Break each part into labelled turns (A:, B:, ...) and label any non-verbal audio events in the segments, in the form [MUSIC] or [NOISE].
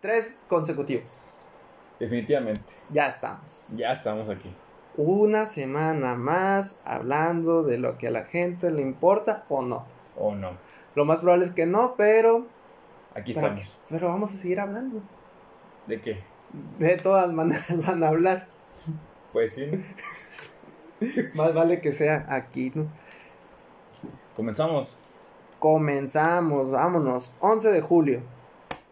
A: Tres consecutivos.
B: Definitivamente.
A: Ya estamos.
B: Ya estamos aquí.
A: Una semana más hablando de lo que a la gente le importa o no.
B: O no.
A: Lo más probable es que no, pero.
B: Aquí
A: pero,
B: estamos.
A: aquí- pero vamos a seguir hablando.
B: ¿De qué?
A: De todas maneras [LAUGHS] van a hablar. [LAUGHS]
B: Pues sí.
A: Más vale que sea aquí, ¿no?
B: Comenzamos.
A: Comenzamos, vámonos. 11 de julio.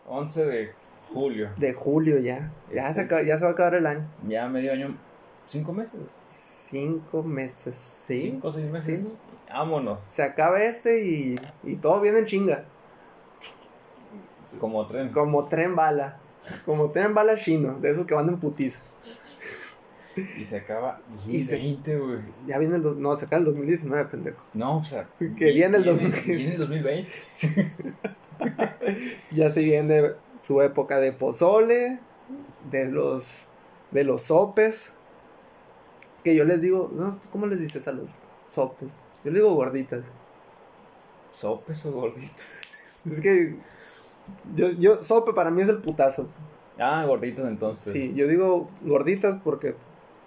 B: 11 de julio.
A: De julio ya. Ya
B: Este.
A: se, acaba- ya se va a acabar el año.
B: Ya medio año. ¿Cinco meses?
A: Cinco meses, sí.
B: ¿Cinco o seis meses?
A: Sí.
B: Vámonos.
A: Se acaba este y, y todo viene en chinga.
B: Como tren.
A: Como tren bala. Como tren bala chino, de esos que van en putiza.
B: Y se acaba
A: Y se-
B: 2020, güey.
A: Ya viene el. dos- No, se acaba el 2019, pendejo.
B: No, o sea.
A: [LAUGHS] Que
B: vi-
A: viene el dos-
B: Viene el 2020.
A: Ya se viene su época de pozole, de los. de los sopes. Que yo les digo, no, ¿cómo les dices a los sopes? Yo les digo gorditas.
B: Sopes o gorditos.
A: Es que. Yo, yo, sope para mí es el putazo.
B: Ah, gorditos entonces.
A: Sí, yo digo gorditas porque.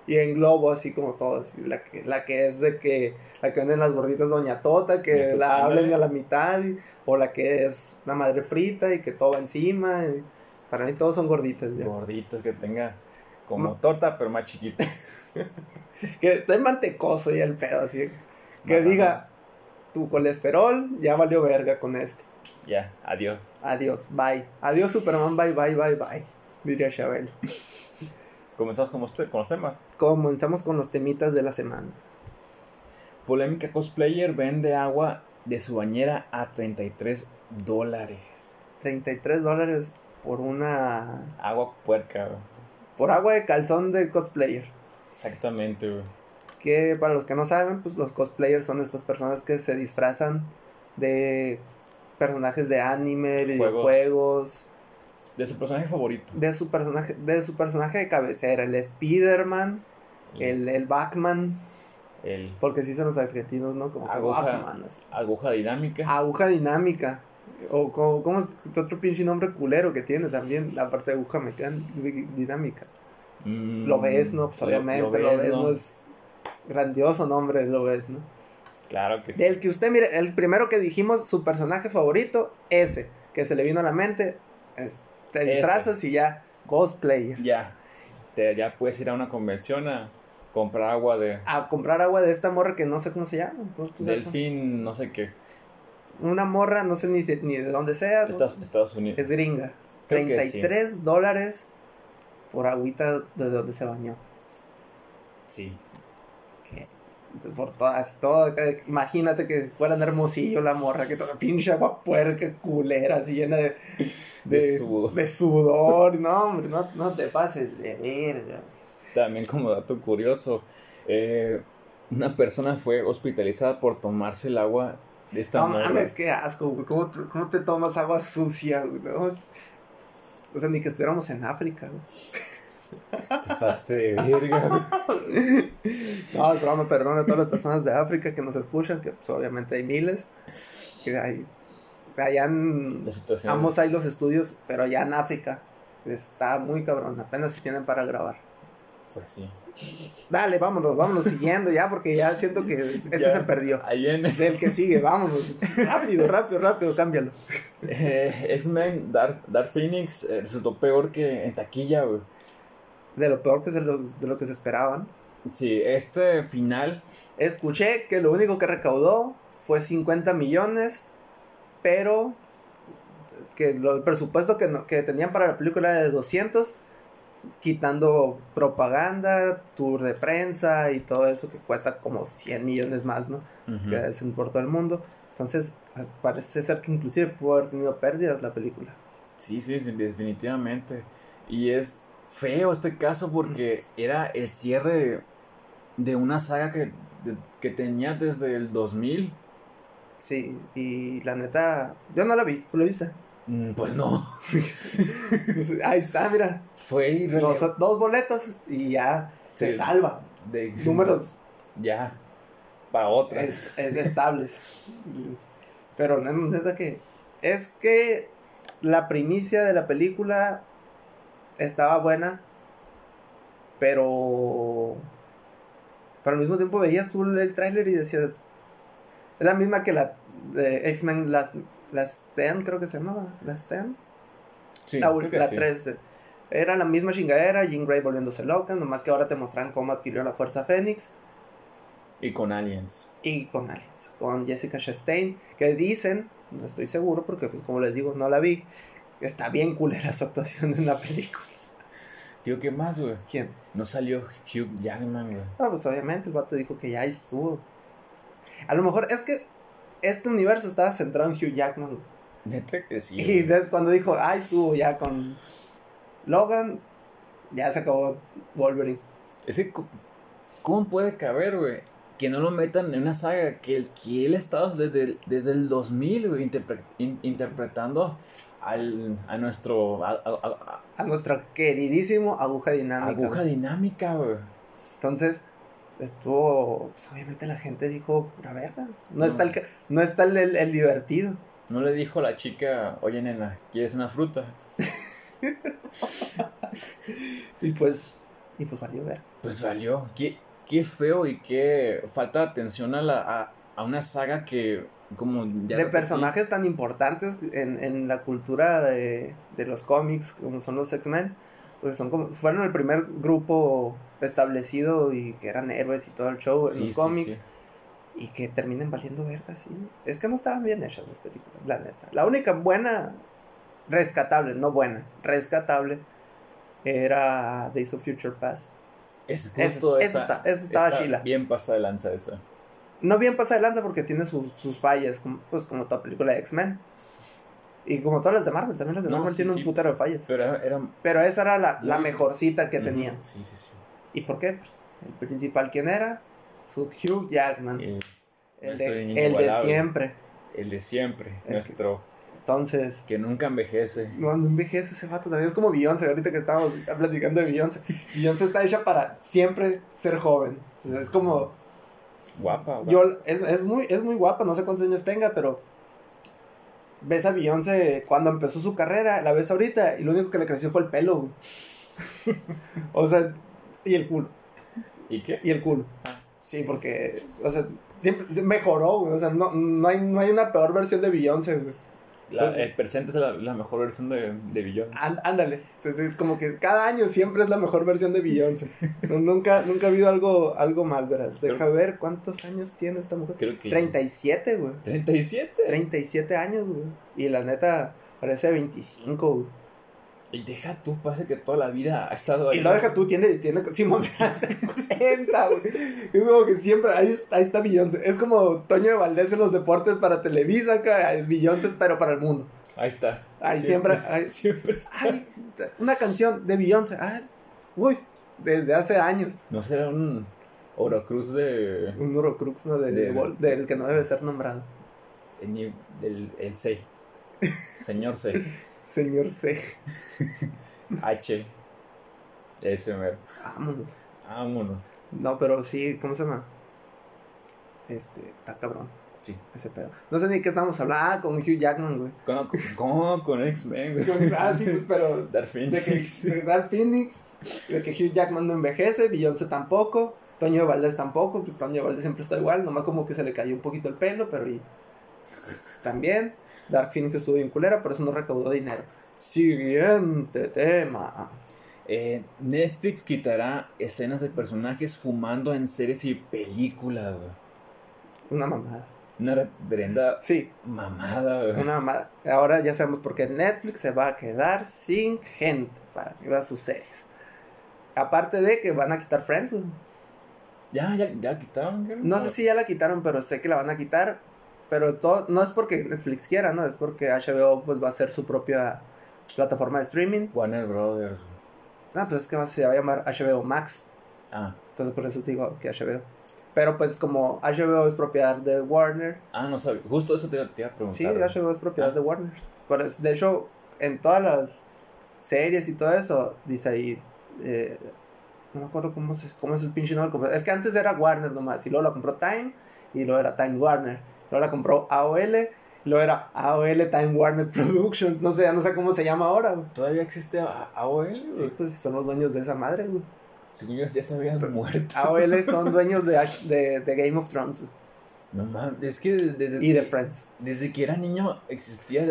A: Y englobo así como todas. y La que, la que es de que. La que venden las gorditas Doña Tota, que
B: Doña Tota,
A: la hablen
B: ándale.
A: a la mitad. y- o la que es la madre frita y que todo va encima. y- para mí todos son gorditas. ya.
B: Gorditos que tenga como torta, pero más chiquita.
A: Que esté mantecoso ya el pedo. Así que
B: Ajá.
A: diga: tu colesterol ya valió verga con este.
B: [LAUGHS] Ya, adiós.
A: Adiós, bye. Adiós, Superman, bye, bye, bye, bye. Diría Chabelo.
B: Comenzamos con, usted, con los temas.
A: Comenzamos con los temitas de la semana.
B: Polémica cosplayer vende agua de su bañera a 33 dólares.
A: 33 dólares por una.
B: Agua puerca, güey.
A: por agua de calzón de cosplayer.
B: Exactamente, güey.
A: Que para los que no saben, pues los cosplayers son estas personas que se disfrazan de personajes de anime, videojuegos,
B: De su personaje favorito.
A: de su personaje, de su personaje de cabecera, el Spider-Man, el, el Batman,
B: el
A: porque sí son los argentinos, ¿no? Como que
B: Aguja.
A: Batman, así.
B: aguja dinámica.
A: Aguja dinámica. O como, ¿cómo es otro pinche nombre culero que tiene también, aparte de aguja mecán- dinámica.
B: Mm,
A: Lo ves, ¿no? Pues
B: lo-
A: obviamente, lo ves, ¿no? Es grandioso nombre, lo ves, ¿no?
B: Claro que sí.
A: Del que usted, mire, el primero que dijimos, su personaje favorito, ese, que se le vino a la mente, es, te
B: Ese.
A: disfrazas y ya, cosplayer.
B: Ya. Te- ya puedes ir a una convención a comprar agua de
A: A comprar agua de esta morra que no sé cómo se llama. ¿cómo tú sabes cómo?
B: delfín, no sé qué.
A: Una morra, no sé ni, si- ni de dónde sea. ¿no?
B: Estados, Estados Unidos.
A: Es gringa.
B: Creo que
A: 33 dólares por agüita de donde se bañó.
B: Sí.
A: por todas, todo, que- imagínate que fuera en Hermosillo la morra, que toda pinche agua puerca, culera, así llena de,
B: De sudor.
A: de sudor, no, hombre, no, no te pases de verga.
B: También como dato curioso, eh, una persona fue hospitalizada por tomarse el agua de esta
A: No
B: morra.
A: mames, qué asco, güey, ¿cómo, te- cómo te tomas agua sucia, güey, no? O sea, ni que estuviéramos en África, güey. [LAUGHS]
B: Te pasaste de verga, güey.
A: No, es broma, perdón a todas las personas de África que nos escuchan, que pues, obviamente hay miles, que hay, allá en-
B: La situación.
A: Ambos hay los estudios, pero allá en África. Está muy cabrón, apenas se tienen para grabar.
B: Pues sí.
A: Dale, vámonos, vámonos siguiendo ya, porque ya siento
B: [LAUGHS]
A: que este
B: Ya.
A: se perdió.
B: Ahí en
A: Del que sigue, vámonos. Rápido, rápido, rápido, cámbialo.
B: eh, X-Men Dark, Dark Phoenix eh, resultó peor que en taquilla, güey.
A: De lo peor que se los- de lo que se esperaban.
B: Sí, este final
A: Escuché que lo único que recaudó fue 50 millones, pero que lo- el presupuesto que, no- que tenían para la película era de 200, quitando propaganda, tour de prensa y todo eso que cuesta como 100 millones más, ¿no?
B: ujú,
A: Que se importó el mundo. Entonces, as- parece ser que inclusive pudo haber tenido pérdidas la película.
B: Sí, sí, defin- definitivamente. Y es feo este caso porque era el cierre de una saga que, de- que tenía desde el 2000.
A: Sí, y la neta, yo no la vi, ¿tú la viste? [LAUGHS]
B: Mm, Pues no.
A: Ahí está, mira,
B: Fue
A: los
B: irrelevante.
A: dos boletos y ya se
B: Sí.
A: salva.
B: De-
A: Números
B: Ya. Para otra.
A: es, es estables. Pero la neta que es que la primicia de la película estaba buena, pero... Pero al mismo tiempo veías tú el tráiler y decías... Es la misma que la de X-Men, las, las Ten, creo que se llamaba. Las Ten.
B: Sí,
A: la
B: creo que sí.
A: 3. Era la misma chingadera, Jean Grey volviéndose loca, nomás que ahora te mostraron cómo adquirió la fuerza Fénix.
B: Y con Aliens.
A: y con aliens, con Jessica Chastain, que dicen, no estoy seguro porque pues como les digo no la vi, está bien culera su actuación en la película.
B: Tío, ¿qué más, güey?
A: ¿Quién?
B: No salió Hugh Jackman, güey. [LAUGHS]
A: Ah, pues obviamente el vato dijo que ya estuvo. A lo mejor es que este universo estaba centrado en Hugh Jackman.
B: Neta que sí.
A: Y
B: güey.
A: desde cuando dijo, ay, estuvo ya con Logan, ya se acabó Wolverine.
B: Es que, co- ¿cómo puede caber, güey? Que no lo metan en una saga que, el, que él ha estado desde el, desde el 2000, güey, interpre- in- interpretando al, a nuestro a- a-
A: A nuestro queridísimo Aguja
B: a- a-
A: Dinámica.
B: aguja dinámica, güey.
A: Entonces, estuvo. Pues obviamente la gente dijo, la verga. No,
B: No.
A: está el, ca- no está el, el- el divertido.
B: No le dijo la chica, oye, nena, ¿quieres una fruta?
A: Y pues. Y pues valió ver.
B: Pues valió. Qué, qué feo y qué falta de atención a, la, a, a una saga que, como. ya
A: de
B: repetí,
A: personajes tan importantes en, en la cultura de, de los cómics, como son los X-Men. Porque son como, fueron el primer grupo establecido y que eran héroes y todo el show en
B: sí,
A: los
B: sí,
A: cómics.
B: sí.
A: Y que terminen valiendo verga, sí. Es que no estaban bien hechas las películas, la neta. La única buena, rescatable, no buena, rescatable, era Days of Future Past.
B: Es
A: Esa-
B: justo
A: esa
B: esa.
A: está- esa estaba chila.
B: Bien pasa de lanza esa.
A: No bien pasa de lanza porque tiene sus, sus fallas, como, pues como toda película de X-Men. Y como todas las de Marvel, también las de
B: No,
A: Marvel
B: sí,
A: tienen
B: sí.
A: un putero de fallas.
B: Pero era. era
A: Pero esa era la, la
B: Muy-
A: mejorcita que
B: ujú,
A: tenía.
B: Sí, sí, sí.
A: ¿Y por qué? Pues, el principal, ¿quién era? Su Hugh Jackman.
B: El,
A: el
B: nuestro
A: de, el de
B: inigualable.
A: siempre.
B: el de siempre.
A: que-
B: nuestro.
A: Entonces...
B: Que nunca envejece.
A: No, no envejece ese vato también. Es como Beyoncé, ahorita que estábamos platicando de Beyoncé. Beyoncé está hecha para siempre ser joven. O sea, Es como.
B: Guapa, guapa.
A: Yo, es, es muy, es muy guapa, no sé cuántos años tenga, pero. Ves a Beyoncé cuando empezó su carrera, la ves ahorita, y lo único que le creció fue el pelo, güey. [LAUGHS] o sea, y el culo.
B: ¿Y qué?
A: Y el culo.
B: Ah.
A: Sí, porque. O sea, siempre se mejoró, güey. O sea, no, no, hay, no hay una peor versión de Beyoncé, güey.
B: La,
A: Pues- Ah,
B: el presente es la, la mejor versión de, de Billón.
A: Án- Ándale, Sí, sí, como que cada año siempre es la mejor versión de Beyoncé. No, nunca, nunca ha habido algo, algo mal, verás. Deja
B: Creo-
A: ver cuántos años tiene esta mujer.
B: Creo que.
A: 37, güey.
B: 37.
A: 37 años, güey. Y la neta parece 25, güey.
B: Y deja tú, pase que toda la vida ha estado ahí.
A: Y lo deja tú, tiene, tiene Simón de 40, güey. Es como que siempre, ahí, es- ahí está Beyoncé. Es como Toño de Valdés en los deportes para Televisa, acá es Beyoncé, pero para el mundo.
B: Ahí está.
A: Ahí
B: [LAUGHS]
A: siempre, ahí-
B: siempre está.
A: Ay, una canción de Beyoncé. Ah, uy, desde hace años.
B: No será un Orocruz de.
A: Un Horocrux, ¿no? De,
B: De-
A: Vol- del que no debe ser nombrado.
B: el- del el C. Señor C.
A: Señor C.
B: H. S. mero.
A: Vámonos.
B: Vámonos.
A: No, pero sí, ¿cómo se llama? Este, está cabrón.
B: Sí.
A: Ese pedo. No sé ni de qué estamos hablando. Ah, con Hugh Jackman, [LAUGHS] güey.
B: ¿Cómo, cómo con X-Men, güey?
A: Ah, sí, pero.
B: Dark
A: De que
B: Phoenix.
A: de Dark Phoenix, de que Hugh Jackman no envejece, Beyoncé tampoco, Toño de Valdés tampoco, pues Toño de Valdés siempre está igual, nomás como que se le cayó un poquito el pelo, pero y también Dark Phoenix estuvo bien culera, por eso no recaudó dinero. Siguiente tema.
B: Eh, Netflix quitará escenas de personajes fumando en series y películas, güey.
A: Una mamada.
B: Una reverenda
A: Sí,
B: mamada, güey.
A: una mamada. Ahora ya sabemos por qué Netflix se va a quedar sin gente para que vea sus series. Aparte de que van a quitar Friends. güey.
B: Ya, ya, ya quitaron, güey.
A: No sé si ya la quitaron, pero sé que la van a quitar. Pero todo, no es porque Netflix quiera, ¿no? Es porque HBO pues, va a hacer su propia plataforma de streaming.
B: Warner Brothers, güey.
A: No, pues es que se va a llamar HBO Max.
B: Ah,
A: Entonces por eso te digo que HBO. Pero pues como HBO es propiedad de Warner.
B: ah, no sabía. Justo eso te, iba- te iba a preguntar.
A: Sí,
B: güey.
A: HBO es propiedad
B: Ah.
A: de Warner. Pero es- de hecho, en todas las series y todo eso, dice ahí... eh, no me acuerdo cómo, se, cómo es el pinche nombre. que compró. Es que antes era Warner nomás. Y luego la compró Time. Y luego era Time Warner. Luego la compró AOL. Lo era AOL Time Warner Productions. No sé, ya no sé cómo se llama ahora, güey.
B: ¿Todavía existe A- AOL? güey?
A: Sí, pues son los dueños de esa madre, güey.
B: Según yo ya se habían muerto.
A: AOL son dueños de, de, de Game of Thrones güey,
B: No mames, es que desde,
A: y de Friends.
B: desde que era niño existía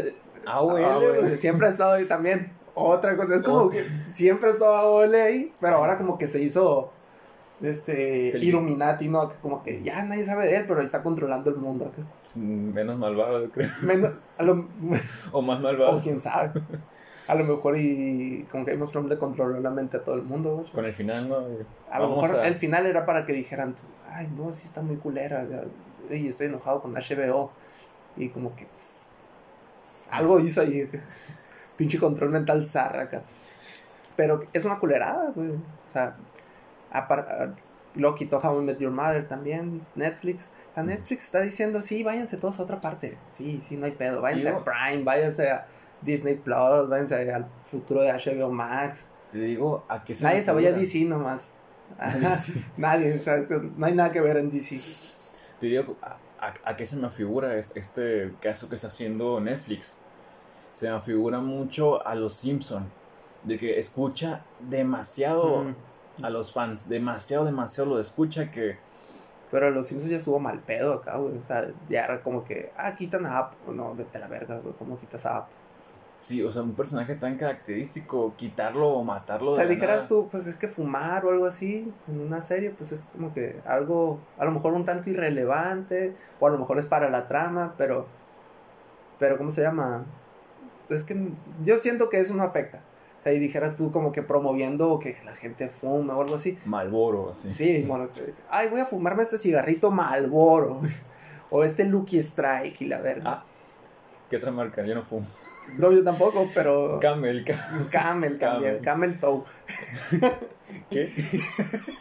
B: AOL.
A: Ah, güey,
B: güey.
A: siempre ha estado ahí también. Otra cosa, es como
B: Otra.
A: que siempre ha estado AOL ahí, pero ahora como que se hizo este
B: Se le-
A: Illuminati, ¿no? Que Como que ya nadie sabe de él, pero él está controlando el mundo acá.
B: Menos malvado, yo creo.
A: Menos, a lo- [LAUGHS]
B: O más
A: o
B: malvado.
A: quién sabe. A lo mejor y con Game of Thrones le controló la mente a todo el mundo, güey.
B: Con el final, ¿no? güey?
A: A lo
B: Vamos
A: mejor
B: a-
A: el final era para que dijeran, ay, no, sí está muy culera, ya, y estoy enojado con HBO. Y como que pues, algo hizo ahí, [LAUGHS] pinche control mental zarra acá. Pero es una culerada, güey. O sea, apar- a- lo quitó How I Met Your Mother también, Netflix. O sea, Netflix está diciendo, sí, váyanse todos a otra parte. Sí, sí, no hay pedo. Váyanse
B: Digo-
A: a Prime, váyanse a Disney Plus, váyanse al futuro de HBO Max.
B: Te digo, ¿a qué se
A: Nadie
B: le
A: se vaya a
B: ocurra?
A: DC nomás.
B: Nadie [LAUGHS] se-
A: Nadie, o sea, esto- no hay nada que ver en DC.
B: Te digo, ¿a, a, a qué se me figura es- este caso que está haciendo Netflix? Se me figura mucho a los Simpson de que escucha demasiado
A: Mm.
B: a los fans, demasiado, demasiado lo escucha que
A: Pero los Simpsons ya estuvo mal pedo acá, güey. O sea, ya era como que, ah, quitan a App. No, vete a la verga, güey. ¿Cómo quitas a App?
B: Sí, o sea, un personaje tan característico, quitarlo o matarlo.
A: O sea,
B: Oh, de la
A: dijeras
B: nada.
A: tú, pues es que fumar o algo así en una serie, pues es como que algo, a lo mejor un tanto irrelevante, o a lo mejor es para la trama, pero, pero ¿cómo se llama? Es que yo siento que eso no afecta. O sea, y dijeras tú como que promoviendo que la gente fuma o algo así.
B: Malboro, así.
A: Sí, bueno, que- ay, voy a fumarme este cigarrito Malboro. [LAUGHS] O este Lucky Strike y la verga.
B: Ah. ¿Qué otra marca? Yo no fumo. [LAUGHS]
A: No, yo tampoco, pero.
B: Camel, ca- [LAUGHS]
A: Camel también,
B: Camel.
A: Camel Toe.
B: [LAUGHS] ¿qué?
A: [LAUGHS]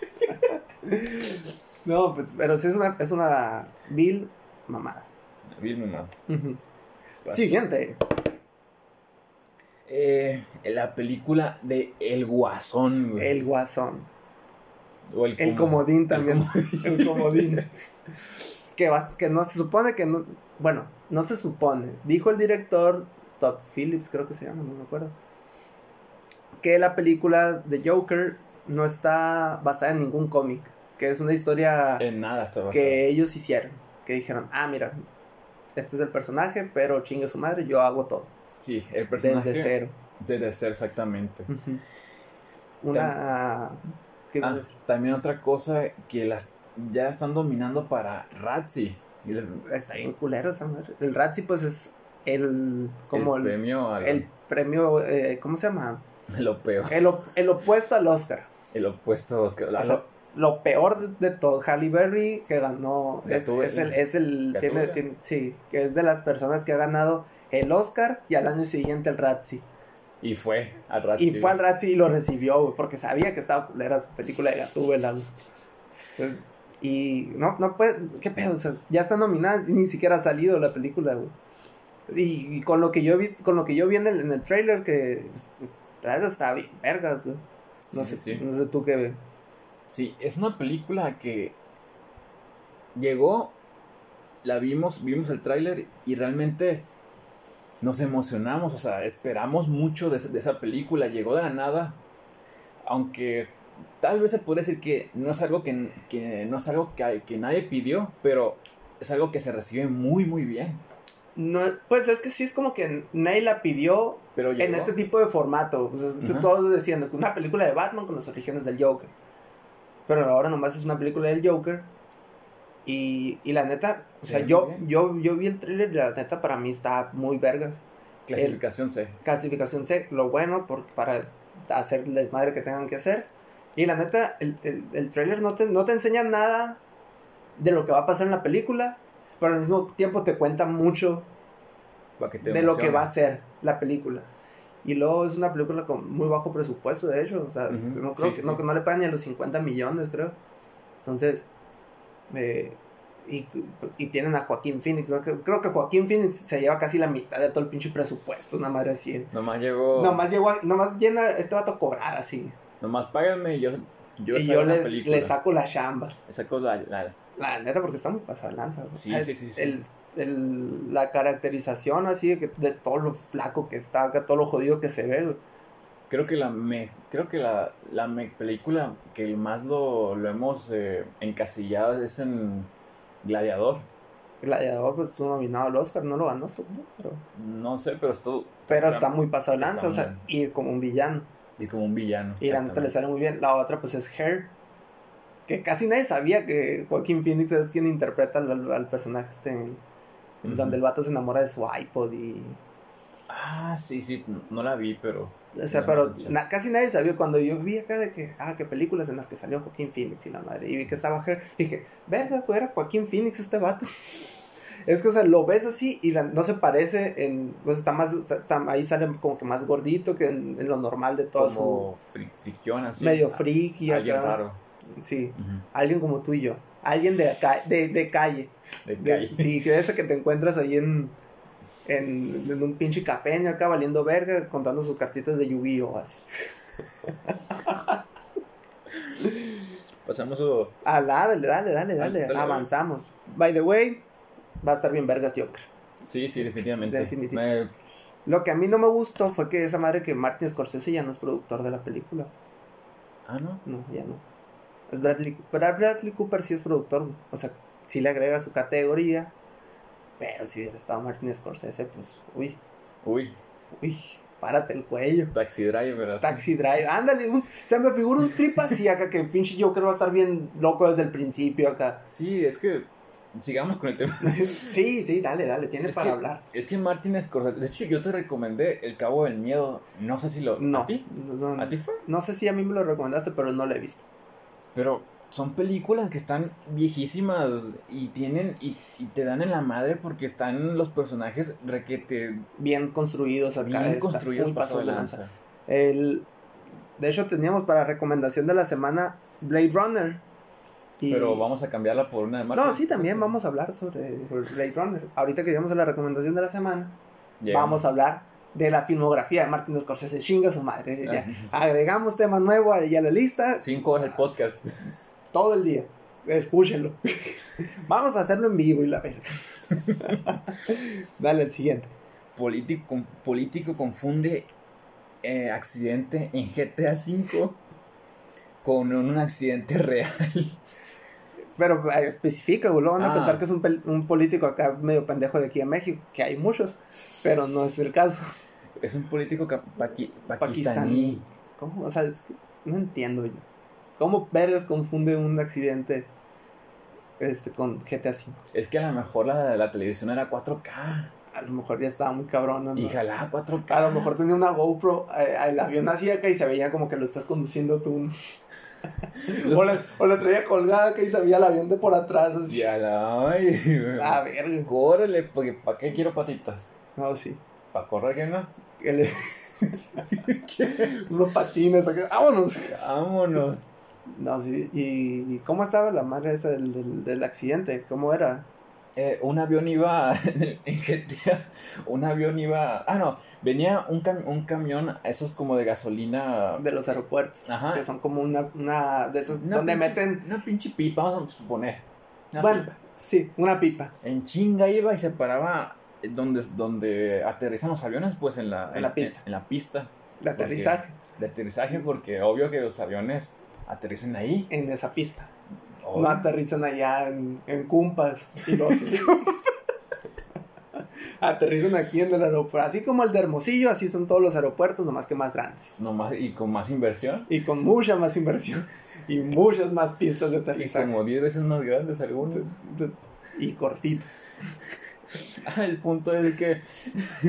A: No, pues, pero sí es una, es una vil mamada.
B: Bien, mamá.
A: Ujú. Siguiente.
B: Eh, la película de El Guasón, güey.
A: El guasón.
B: O
A: El
B: Comodín.
A: comodín también. El comodín. [LAUGHS] que, vas- que no se supone que no. Bueno, no se supone. Dijo el director Todd Phillips, creo que se llama, no me acuerdo. Que la película de Joker no está basada en ningún cómic. Que es una historia
B: En nada está basado.
A: que ellos hicieron. Que dijeron, ah, mira, este es el personaje, pero chingue su madre, yo hago todo.
B: Sí, el personaje.
A: Desde Mm, cero.
B: Desde cero, exactamente.
A: Ujú. Una. ¿qué ibas a
B: Ah,
A: decir?
B: también otra cosa que las ya están dominando para Razzie. Y le-
A: Está bien culero esa madre. El Razzie, pues, es el. Como
B: el,
A: el, el,
B: premio a
A: premio. eh, ¿Cómo se llama?
B: [LAUGHS] lo peor.
A: El, op- el opuesto al Oscar.
B: El opuesto a Oscar.
A: O
B: La-
A: sea, lo peor de, de todo. Halle Berry, que ganó. Es,
B: Gatú-
A: es el. Es el tiene,
B: Gatúbela.
A: tiene- sí, que es de las personas que ha ganado el Oscar y al año siguiente el Razzie.
B: y fue a
A: Y
B: Razzie.
A: fue al Razzie y lo recibió, güey, porque sabía que estaba culera su película de Gatúbela. güey. Entonces, y no, no puede, qué pedo, o sea, ya está nominada, y ni siquiera ha salido la película, güey. Y, y con lo que yo he visto, con lo que yo vi en el, en el trailer, que pues, está bien vergas, güey. No,
B: Sí,
A: sé,
B: sí, sí.
A: no sé tú qué ve.
B: Sí, es una película que llegó, la vimos, vimos el tráiler y realmente nos emocionamos, o sea, esperamos mucho de, esa- de esa película, llegó de la nada, aunque tal vez se puede decir que no es algo que, que no es algo que, que nadie pidió, pero es algo que se recibe muy muy bien.
A: No, pues es que sí es como que nadie la pidió
B: Pero llegó.
A: en este tipo de formato. O sea,
B: Ajá.
A: Todos diciendo que una película de Batman con los orígenes del Joker. Pero ahora nomás es una película del Joker. Y, y la neta, o
B: Se
A: sea,
B: ve
A: yo,
B: muy bien.
A: yo, yo vi el thriller y la neta para mí está muy vergas.
B: clasificación C.
A: Clasificación C, lo bueno porque para hacer el desmadre que tengan que hacer. Y la neta, el, el, el trailer no te, no te enseña nada de lo que va a pasar en la película, pero al mismo tiempo te cuenta mucho
B: pa' que te
A: de lo que va a
B: emociones.
A: ser la película. Y luego es una película con muy bajo presupuesto, de hecho. O sea,
B: Ujú,
A: no, creo
B: sí,
A: que,
B: sí.
A: No, que no le pagan ni a los 50 millones, creo. Entonces, eh, y, y tienen a Joaquín Phoenix. ¿no? Que- Creo que Joaquín Phoenix se lleva casi la mitad de todo el pinche presupuesto, una madre así.
B: Nomás llegó.
A: Nomás, llegó a- nomás llena este vato a cobrar así.
B: Nomás págame y yo, yo
A: y
B: saco
A: yo
B: la
A: les,
B: película.
A: les saco la chamba.
B: Saco la- la-
A: La neta, porque está muy pasado de lanza. güey.
B: Sí,
A: O sea,
B: sí,
A: es-
B: sí, sí.
A: El el- la caracterización así de, que- de todo lo flaco que está acá, todo lo jodido que se ve, güey.
B: Creo que la me, creo que la, la me- película que el más lo, lo hemos eh, encasillado es en Gladiador.
A: Gladiador, pues estuvo nominado al Oscar, no lo ganó, seguro, pero,
B: No sé, pero esto
A: pero está, muy pasado de
B: está
A: lanza, o sea,
B: muy-
A: y como un villano.
B: y como un villano.
A: Y la neta le
B: exactamente.
A: sale muy bien. La otra, pues es Hair, que casi nadie sabía que Joaquín Phoenix es quien interpreta al, al- al personaje este,
B: Ujú.
A: donde el vato se enamora de su iPod y.
B: Ah, sí, sí, no la vi, pero
A: O sea,
B: Buena
A: pero
B: canción.
A: na- casi nadie sabía. Cuando yo vi acá de que, ah, que películas en las que salió Joaquín Phoenix y la madre, y vi que estaba Her, dije, verga, pues era Joaquín Phoenix este vato. [LAUGHS] Es que, o sea, lo ves así y la- no se parece en. Pues está más. está- ahí sale como que más gordito que en, en lo normal de todo
B: como fri- friquión
A: su.
B: así.
A: medio
B: a-
A: friki
B: Alguien
A: acá.
B: raro.
A: Sí,
B: Ujú,
A: alguien como tú y yo. Alguien de, acá- de, de calle.
B: De
A: De-
B: calle.
A: sí, que ese que te encuentras ahí en. En, en un pinche café, acá valiendo verga, contando sus cartitas de Yu-Gi-Oh! así.
B: Pasamos a...
A: Ah, dale, dale, dale, dale.
B: Dale, dale,
A: Avanzamos. By the way, va a estar bien vergas Joker.
B: Sí, sí, definitivamente.
A: Definitivo.
B: Me-
A: Lo que a mí no me gustó fue que esa madre que Martin Scorsese ya no es productor de la película.
B: Ah, no.
A: No, ya no. Es Bradley, Brad- Bradley Cooper sí es productor. güey. O sea, sí le agrega su categoría. Pero si hubiera estado Martin Scorsese, pues, uy,
B: Uy,
A: uy, párate el cuello.
B: Taxi Driver. ¿verdad?
A: Taxi Drive, ándale, un- se me figura un trip así acá que el pinche Joker va a estar bien loco desde el principio acá. [LAUGHS]
B: Sí, es que sigamos con el tema.
A: Sí, sí, dale, dale, tiene
B: Es
A: para
B: que-
A: hablar.
B: Es que Martin Scorsese, de hecho yo te recomendé El Cabo del Miedo, no sé si lo...
A: No.
B: ¿A ti?
A: No, no.
B: ¿A ti fue?
A: No sé si a mí me lo recomendaste, pero no lo he visto.
B: Pero son películas que están viejísimas y tienen y, y te dan en la madre porque están los personajes requete
A: Bien construidos acá.
B: bien
A: está
B: construidos
A: muy
B: pasados
A: pasados
B: de
A: de
B: lanza.
A: lanza. El, de hecho, teníamos para recomendación de la semana Blade Runner. y-
B: Pero vamos a cambiarla por una de Martin.
A: No, sí, también vamos a hablar sobre Blade Runner. Ahorita que llegamos a la recomendación de la semana,
B: Llegamos.
A: vamos a hablar de la filmografía de Martin Scorsese. Chinga su madre. ya.
B: [LAUGHS] Así.
A: Agregamos tema nuevo ahí a la lista.
B: Cinco horas el podcast.
A: Todo el día. Escúchenlo. [LAUGHS] vamos a hacerlo en vivo y la verga. [LAUGHS] Dale el siguiente.
B: Político, político confunde eh, accidente en GTA V con un accidente real.
A: Pero eh, especifica, güey. Luego van a
B: Ah.
A: pensar que es un, pel- un político acá medio pendejo de aquí en México, que hay muchos, pero no es el caso.
B: Es un político ca- paqui-
A: Pakistaní.
B: pakistaní.
A: ¿Cómo? O sea, es que no entiendo yo. ¿Cómo Pérez confunde un accidente este, con GTA V?
B: Es que a lo mejor la, la televisión era 4K.
A: A lo mejor ya estaba muy cabrón. ¿no?
B: Y jalaba 4K.
A: A lo mejor tenía una GoPro, eh, el avión así acá y se veía como que lo estás conduciendo tú.
B: [LAUGHS]
A: ¿no? o, la, o la traía colgada acá y se veía el avión de por atrás. Así.
B: Ya la ay, güey.
A: A ver,
B: Córrele, porque ¿para qué quiero patitas?
A: no, sí.
B: ¿Para correr que no?
A: Que le- [LAUGHS] Unos patines acá. ¡Vámonos!
B: Vámonos.
A: No, sí. ¿Y, y cómo estaba la madre esa del, del, del accidente? ¿Cómo era?
B: Eh, un avión iba [LAUGHS] en el- en GTA, un avión iba, ah no, venía un, cam- un camión, esos como de gasolina,
A: De los aeropuertos.
B: Ajá.
A: Que son como una, una de esas
B: Una
A: donde
B: pinche-
A: meten.
B: una pinche pipa, vamos a suponer. Una
A: Bueno,
B: pipa.
A: sí, una pipa.
B: En chinga iba y se paraba eh, donde, donde aterrizan los aviones, pues en la,
A: En la pista.
B: En, la pista
A: De
B: Porque-
A: aterrizaje.
B: de aterrizaje, porque obvio que los aviones aterrizan ahí.
A: En esa pista.
B: Obvio.
A: No aterrizan allá en, en Cumpas. Y los...
B: [LAUGHS]
A: aterrizan aquí en el aeropuerto. Así como el de Hermosillo, así son todos los aeropuertos, nomás que más grandes.
B: Nomás- y con más inversión.
A: Y con mucha más inversión. [LAUGHS] Y muchas más pistas de
B: Y
A: aterrizaje.
B: como 10 veces más grandes algunos.
A: Y cortito.
B: Ah, [LAUGHS] El punto es que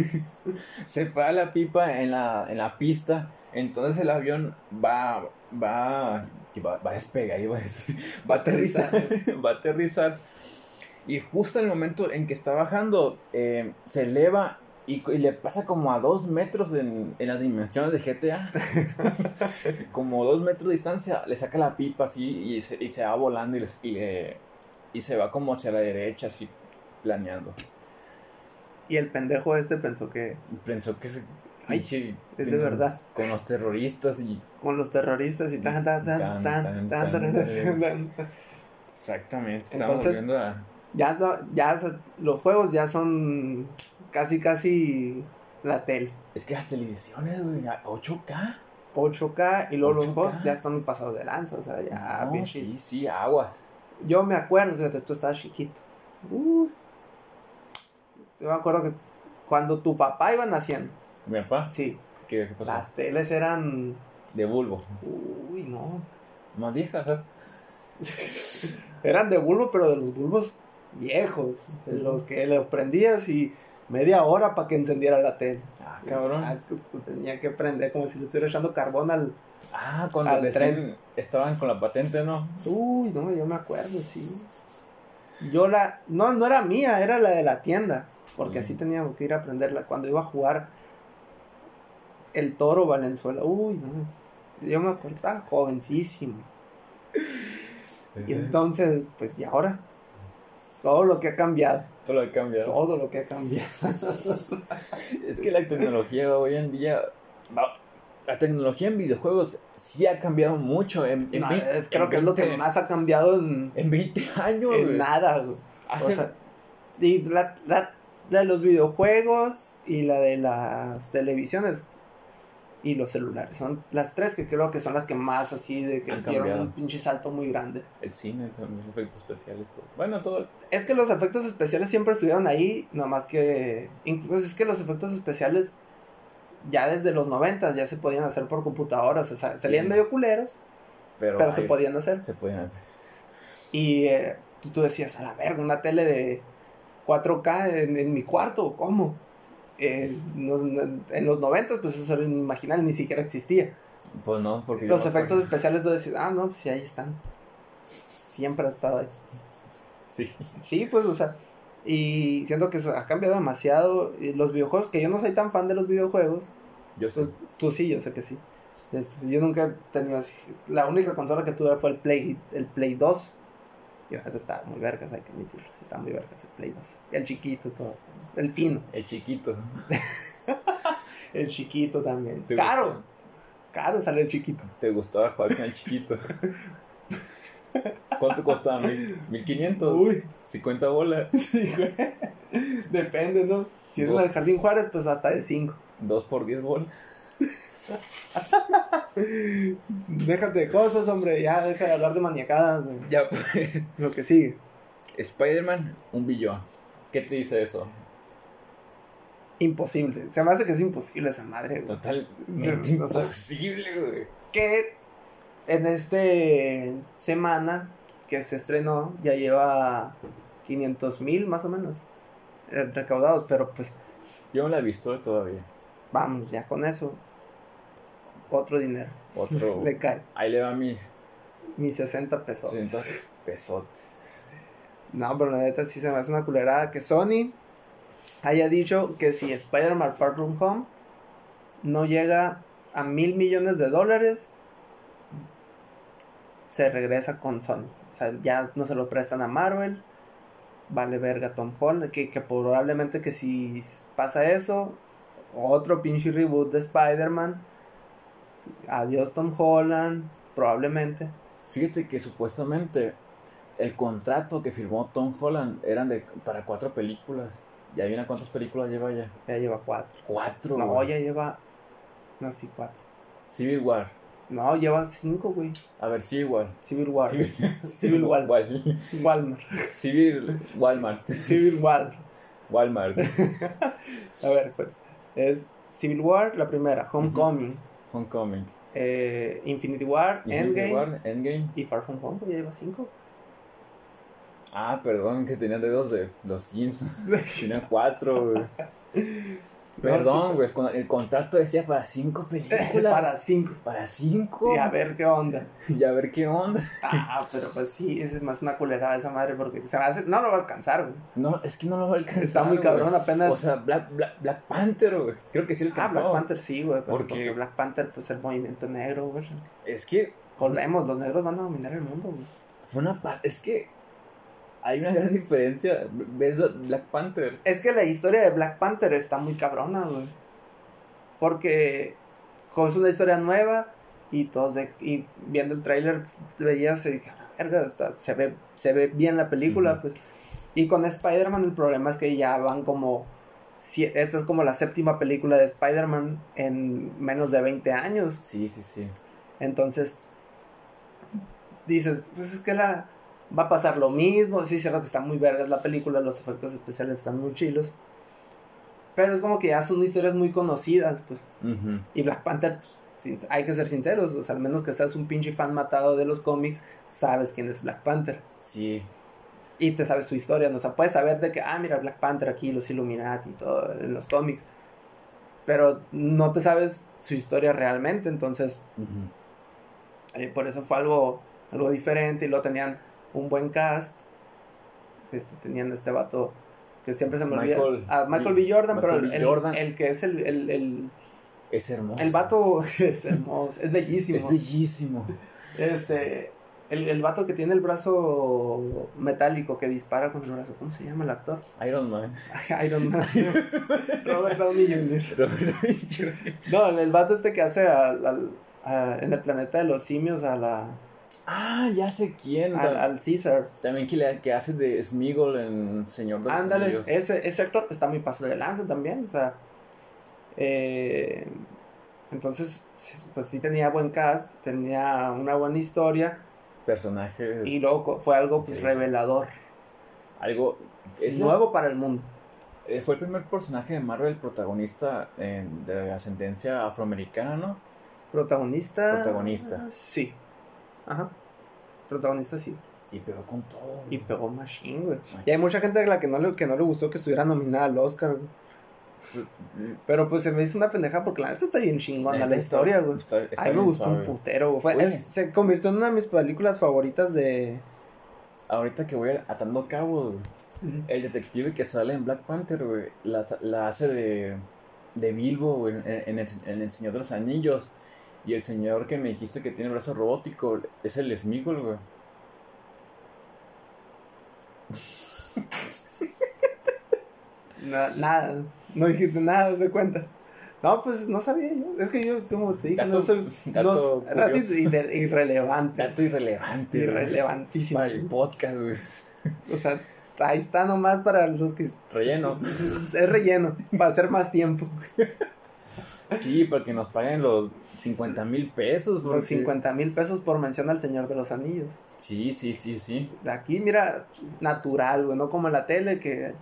B: [LAUGHS] se para la pipa en la, en la pista, entonces el avión va, va, y va, va a despegar, iba a decir, [LAUGHS] va a aterrizar, va a aterrizar. Y justo en el momento en que está bajando, eh, se eleva y, co- y le pasa como a dos metros en, en las dimensiones de GTA. [LAUGHS] como dos metros de distancia, le saca la pipa así y se, y se va volando y, les- y le- y se va como hacia la derecha, así planeando.
A: Y el pendejo este pensó que
B: Pensó que se.
A: Ay,
B: pinche-
A: es de verdad.
B: Con los terroristas y.
A: con los terroristas y tan tan tan tan tan tan tan, tan, tan.
B: Exactamente.
A: Entonces-
B: Estamos volviendo a.
A: Ya, no- ya se- los juegos ya son casi, casi la tele.
B: Es que las televisiones, güey, a 8K.
A: 8K y luego los
B: 8K.
A: juegos ya están pasados de lanza, o sea, ya,
B: No,
A: pinches.
B: sí, sí, aguas.
A: Yo me acuerdo, fíjate, tú estabas chiquito. Uh. Yo me acuerdo que cuando tu papá iba naciendo,
B: Mi papá,
A: sí,
B: ¿qué, qué pasó?
A: las teles eran.
B: De bulbo.
A: Uy, no.
B: Más viejas, ¿eh?
A: [LAUGHS] Eran de bulbo, pero de los bulbos viejos. de Los que los prendías y media hora para que encendiera la tele.
B: Ah, cabrón.
A: Ah, tú- tú tenía que prender como si le estuviera echando carbón al.
B: Ah, cuando
A: Al
B: recién
A: tren.
B: estaban con la patente, ¿no?
A: Uy, no, yo me acuerdo, sí. Yo la. No, no era mía, era la de la tienda. Porque
B: Mm.
A: así teníamos que ir a prenderla. Cuando iba a jugar el toro Valenzuela. Uy, no. Yo me acuerdo, estaba jovencísimo. Y entonces, pues, ¿y ahora? Todo lo que ha cambiado.
B: Todo lo ha cambiado.
A: Todo lo que ha cambiado.
B: Es que la tecnología hoy en día. va- La tecnología en videojuegos sí ha cambiado mucho. En, en
A: No,
B: vein-
A: es-
B: en
A: creo que es lo que
B: 20
A: más ha cambiado en,
B: En 20 años,
A: en
B: güey.
A: nada, güey. O
B: Hace-
A: sea, y la, la- la de los videojuegos y la de las televisiones y los celulares. Son las tres que creo que son las que más así de que
B: Han
A: dieron
B: cambiado.
A: un pinche salto muy grande.
B: El cine, con los efectos especiales, todo. Bueno, todo.
A: Es que los efectos especiales siempre estuvieron ahí, nada más que... Incluso es que los efectos especiales ya desde los noventas ya se podían hacer por computadoras. O sea, salían
B: Sí.
A: medio culeros,
B: Pero,
A: pero
B: ay,
A: se podían hacer.
B: se podían hacer.
A: Y eh, tú, tú decías, a la verga, una tele de 4K en, en mi cuarto, ¿cómo? Eh, nos- en los 90 pues eso era inimaginable, ni siquiera existía.
B: Pues no, porque. yo
A: Los
B: me
A: efectos
B: acuerdo-
A: especiales, tú decías, ah, no, pues sí, ahí están. Siempre ha estado ahí.
B: Sí.
A: Sí, pues, o sea, y siento que eso ha cambiado demasiado. Y los videojuegos, que yo no soy tan fan de los videojuegos,
B: Yo sí.
A: pues, tú sí, yo sé que sí. Este, Yo nunca he tenido así- La única consola que tuve fue el Play, el Play 2. Y la neta estaba muy vergas, hay que admitirlo. sí Estaba muy vergas el Play 2. El chiquito, todo. El fino.
B: El chiquito.
A: El chiquito también.
B: ¿Te
A: Caro,
B: gustaba-
A: caro sale el chiquito.
B: ¿Te gustaba jugar con el chiquito? ¿Cuánto costaba? ¿Mil- ¿1500?
A: Uy, [LAUGHS]
B: 50 bolas.
A: sí, güey. Depende, ¿no? Si es en
B: Dos.
A: el Jardín Juárez, pues hasta de 5.
B: 2 por 10 bolas.
A: Déjate de cosas, hombre. Ya deja de hablar de maniacadas, güey.
B: Ya, pues.
A: Lo que sigue.
B: Spider-Man, un billón. ¿Qué te dice eso?
A: Imposible. Se me hace que es imposible esa madre, güey.
B: Totalmente
A: Sí, o sea-
B: imposible, güey.
A: que en este semana que se estrenó ya lleva 500 mil más o menos eh, recaudados, pero pues
B: Yo no la he visto todavía.
A: vamos, ya con eso otro dinero
B: Otro.
A: le cae,
B: Ahí le va mi
A: mis 60 pesos.
B: 60 pesotes.
A: No, pero la neta sí se me hace una culerada que Sony haya dicho que si Spider-Man Far From Home no llega a mil millones de dólares, se regresa con Sony. O sea, ya no se lo prestan a Marvel. Vale verga Tom Holland. Que, que probablemente que si pasa eso, otro pinche reboot de Spider-Man. Adiós Tom Holland, probablemente.
B: Fíjate que supuestamente el contrato que firmó Tom Holland eran de, para cuatro películas. ¿Ya viene cuántas películas lleva ya?
A: Ya lleva cuatro.
B: Cuatro.
A: No,
B: güey.
A: ya lleva... No, sí, cuatro.
B: Civil War.
A: No, lleva cinco, güey.
B: A ver, Civil War.
A: Civil War.
B: Civil,
A: [LAUGHS] Civil War.
B: Wal-
A: Walmart.
B: Civil Walmart.
A: Civil War.
B: Walmart.
A: A ver, pues. Es Civil War, la primera. Homecoming.
B: Homecoming.
A: eh, Infinity War,
B: Y
A: Endgame.
B: Civil War, Endgame.
A: Y Far From Home, güey, ya lleva cinco.
B: Ah, perdón, que tenían dedos de los Simpsons. [LAUGHS] Tenía
A: [LAUGHS]
B: cuatro, güey. Perdón, güey. con- El contrato decía para cinco películas.
A: [LAUGHS] Para cinco.
B: Para cinco.
A: Y a ver qué onda.
B: [LAUGHS] Y a ver qué onda.
A: Ah, pero pues sí, es más una culerada esa madre porque se me hace. No lo va a alcanzar, güey.
B: No, es que no lo va a alcanzar.
A: Está muy
B: güey.
A: cabrón apenas.
B: O sea, Black, Black, Black Panther, güey. Creo que sí
A: ah,
B: alcanzó.
A: Black Panther sí, güey. pero
B: ¿Por qué?
A: Porque Black Panther, pues el movimiento negro, güey.
B: Es que
A: Volvemos, los negros van a dominar el mundo, güey.
B: fue una paz. Es que hay una gran diferencia. ¿Ves Black Panther?
A: Es que la historia de Black Panther está muy cabrona, güey. Porque como es una historia nueva y todos de, y viendo el tráiler veías y dije, "A la verga, está- se ve se ve bien la película,
B: Ujú.
A: pues. Y Y con Spider-Man el problema es que ya van como... si- Esta es como la séptima película de Spider-Man en menos de 20 años.
B: Sí, sí, sí.
A: Entonces, dices, pues es que la va a pasar lo mismo. Sí, es cierto que está muy vergas la película, los efectos especiales están muy chilos. Pero es como que ya son historias muy conocidas, pues.
B: Ujú.
A: Y Black Panther, pues, sin- hay que ser sinceros, o sea, al menos que seas un pinche fan matado de los cómics, sabes quién es Black Panther.
B: Sí.
A: Y te sabes tu historia, ¿no? O sea, puedes saber de que, ah, mira, Black Panther aquí, los Illuminati y todo, en los cómics. Pero no te sabes su historia realmente, entonces
B: Ujú.
A: eh, por eso fue algo, algo diferente y luego tenían un buen cast. Este, tenían este vato que siempre se me olvida.
B: Michael
A: a Michael
B: B.
A: B. Jordan,
B: Michael
A: pero
B: B.
A: el,
B: Jordan.
A: el que es el, el, el,
B: Es hermoso.
A: el vato [LAUGHS] es hermoso, es bellísimo.
B: Es bellísimo.
A: este, el, el vato que tiene el brazo metálico que dispara con el brazo. ¿Cómo se llama el actor? [LAUGHS]
B: Iron Man. [LAUGHS]
A: Iron Man. [LAUGHS] Robert Downey Jr. No, el, el vato este que hace al- al- a- en el planeta de los simios a la,
B: ah, ya sé quién.
A: al, al Caesar.
B: También que, le, que hace de Smigol en Señor de los
A: Ándale,
B: Anillos.
A: ese, ese actor está muy paso de lanza también, o sea. eh, entonces, sí, pues sí tenía buen cast, tenía una buena historia
B: Personaje.
A: y luego co- fue algo pues,
B: Increíble.
A: revelador.
B: Algo. Es
A: Es
B: la-
A: nuevo para el mundo.
B: eh, fue el primer personaje de Marvel protagonista eh, de ascendencia afroamericana, ¿no?
A: Protagonista.
B: Protagonista.
A: Sí. Ajá. Protagonista sí.
B: Y pegó con todo.
A: Y
B: güey.
A: pegó Machine, güey.
B: Machín.
A: Y hay mucha gente a la que no le, que no le gustó que estuviera nominada al Oscar, güey. Pero pues se me hizo una pendeja porque la neta está bien chingona la
B: Neta,
A: historia, güey.
B: está- está
A: A mí me
B: bien
A: gustó un
B: suave.
A: putero, güey. Fue-
B: Oye.
A: es- se convirtió en una de mis películas favoritas de.
B: Ahorita que voy atando cabos, güey, el detective que sale en Black Panther, güey, la, la hace de, de Bilbo güey, en, en el, en El Señor de los Anillos. Y el señor que me dijiste que tiene el brazo robótico es el Smigol, güey.
A: Na- nada, no dijiste nada, de cuenta. No, pues no sabía yo. Es que yo, como te dije, no
B: Dato-
A: soy.
B: dato
A: no- dato
B: curioso.
A: irre- irrelevante.
B: Dato irrelevante, güey,
A: irrelevantísimo.
B: Para el podcast, güey.
A: O sea, ahí está nomás para los que.
B: Relleno.
A: [LAUGHS]
B: Pues
A: Es relleno, para hacer más tiempo.
B: Sí, para que nos paguen los 50 mil pesos.
A: Son
B: porque-
A: 50 mil pesos por mención al Señor de los Anillos.
B: Sí, sí, sí, sí.
A: Aquí, mira, natural, güey, no como en la tele que.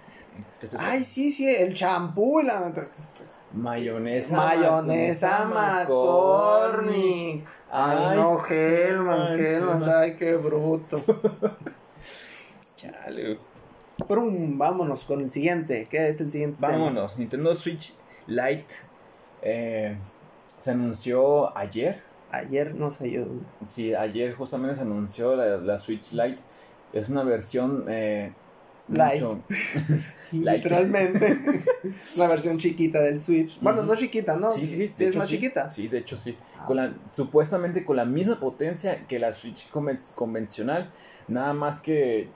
B: Te estás-
A: Ay, sí, sí, el champú y la.
B: Mayonesa.
A: Mayonesa McCormick. Ay, no, Hellman,
B: Hellmann's,
A: Hellman,
B: Hellmann's.
A: ay, qué bruto.
B: Chale, güey.
A: Prum, vámonos con el siguiente. ¿Qué es el siguiente? tema?
B: Vámonos, Nintendo Switch Lite eh, se anunció ayer.
A: Ayer no sé yo.
B: Sí, ayer justamente se anunció la, la Switch Lite. Es una versión eh,
A: Lite.
B: mucho-
A: [LAUGHS]
B: Like.
A: Literalmente. Una versión chiquita del Switch. Bueno,
B: Ujú.
A: no chiquita, ¿no?
B: sí, sí, sí, de
A: es
B: hecho,
A: más
B: sí.
A: chiquita. Ah.
B: Sí, de hecho sí. Con la, supuestamente con la misma potencia que la Switch conven- convencional, nada más que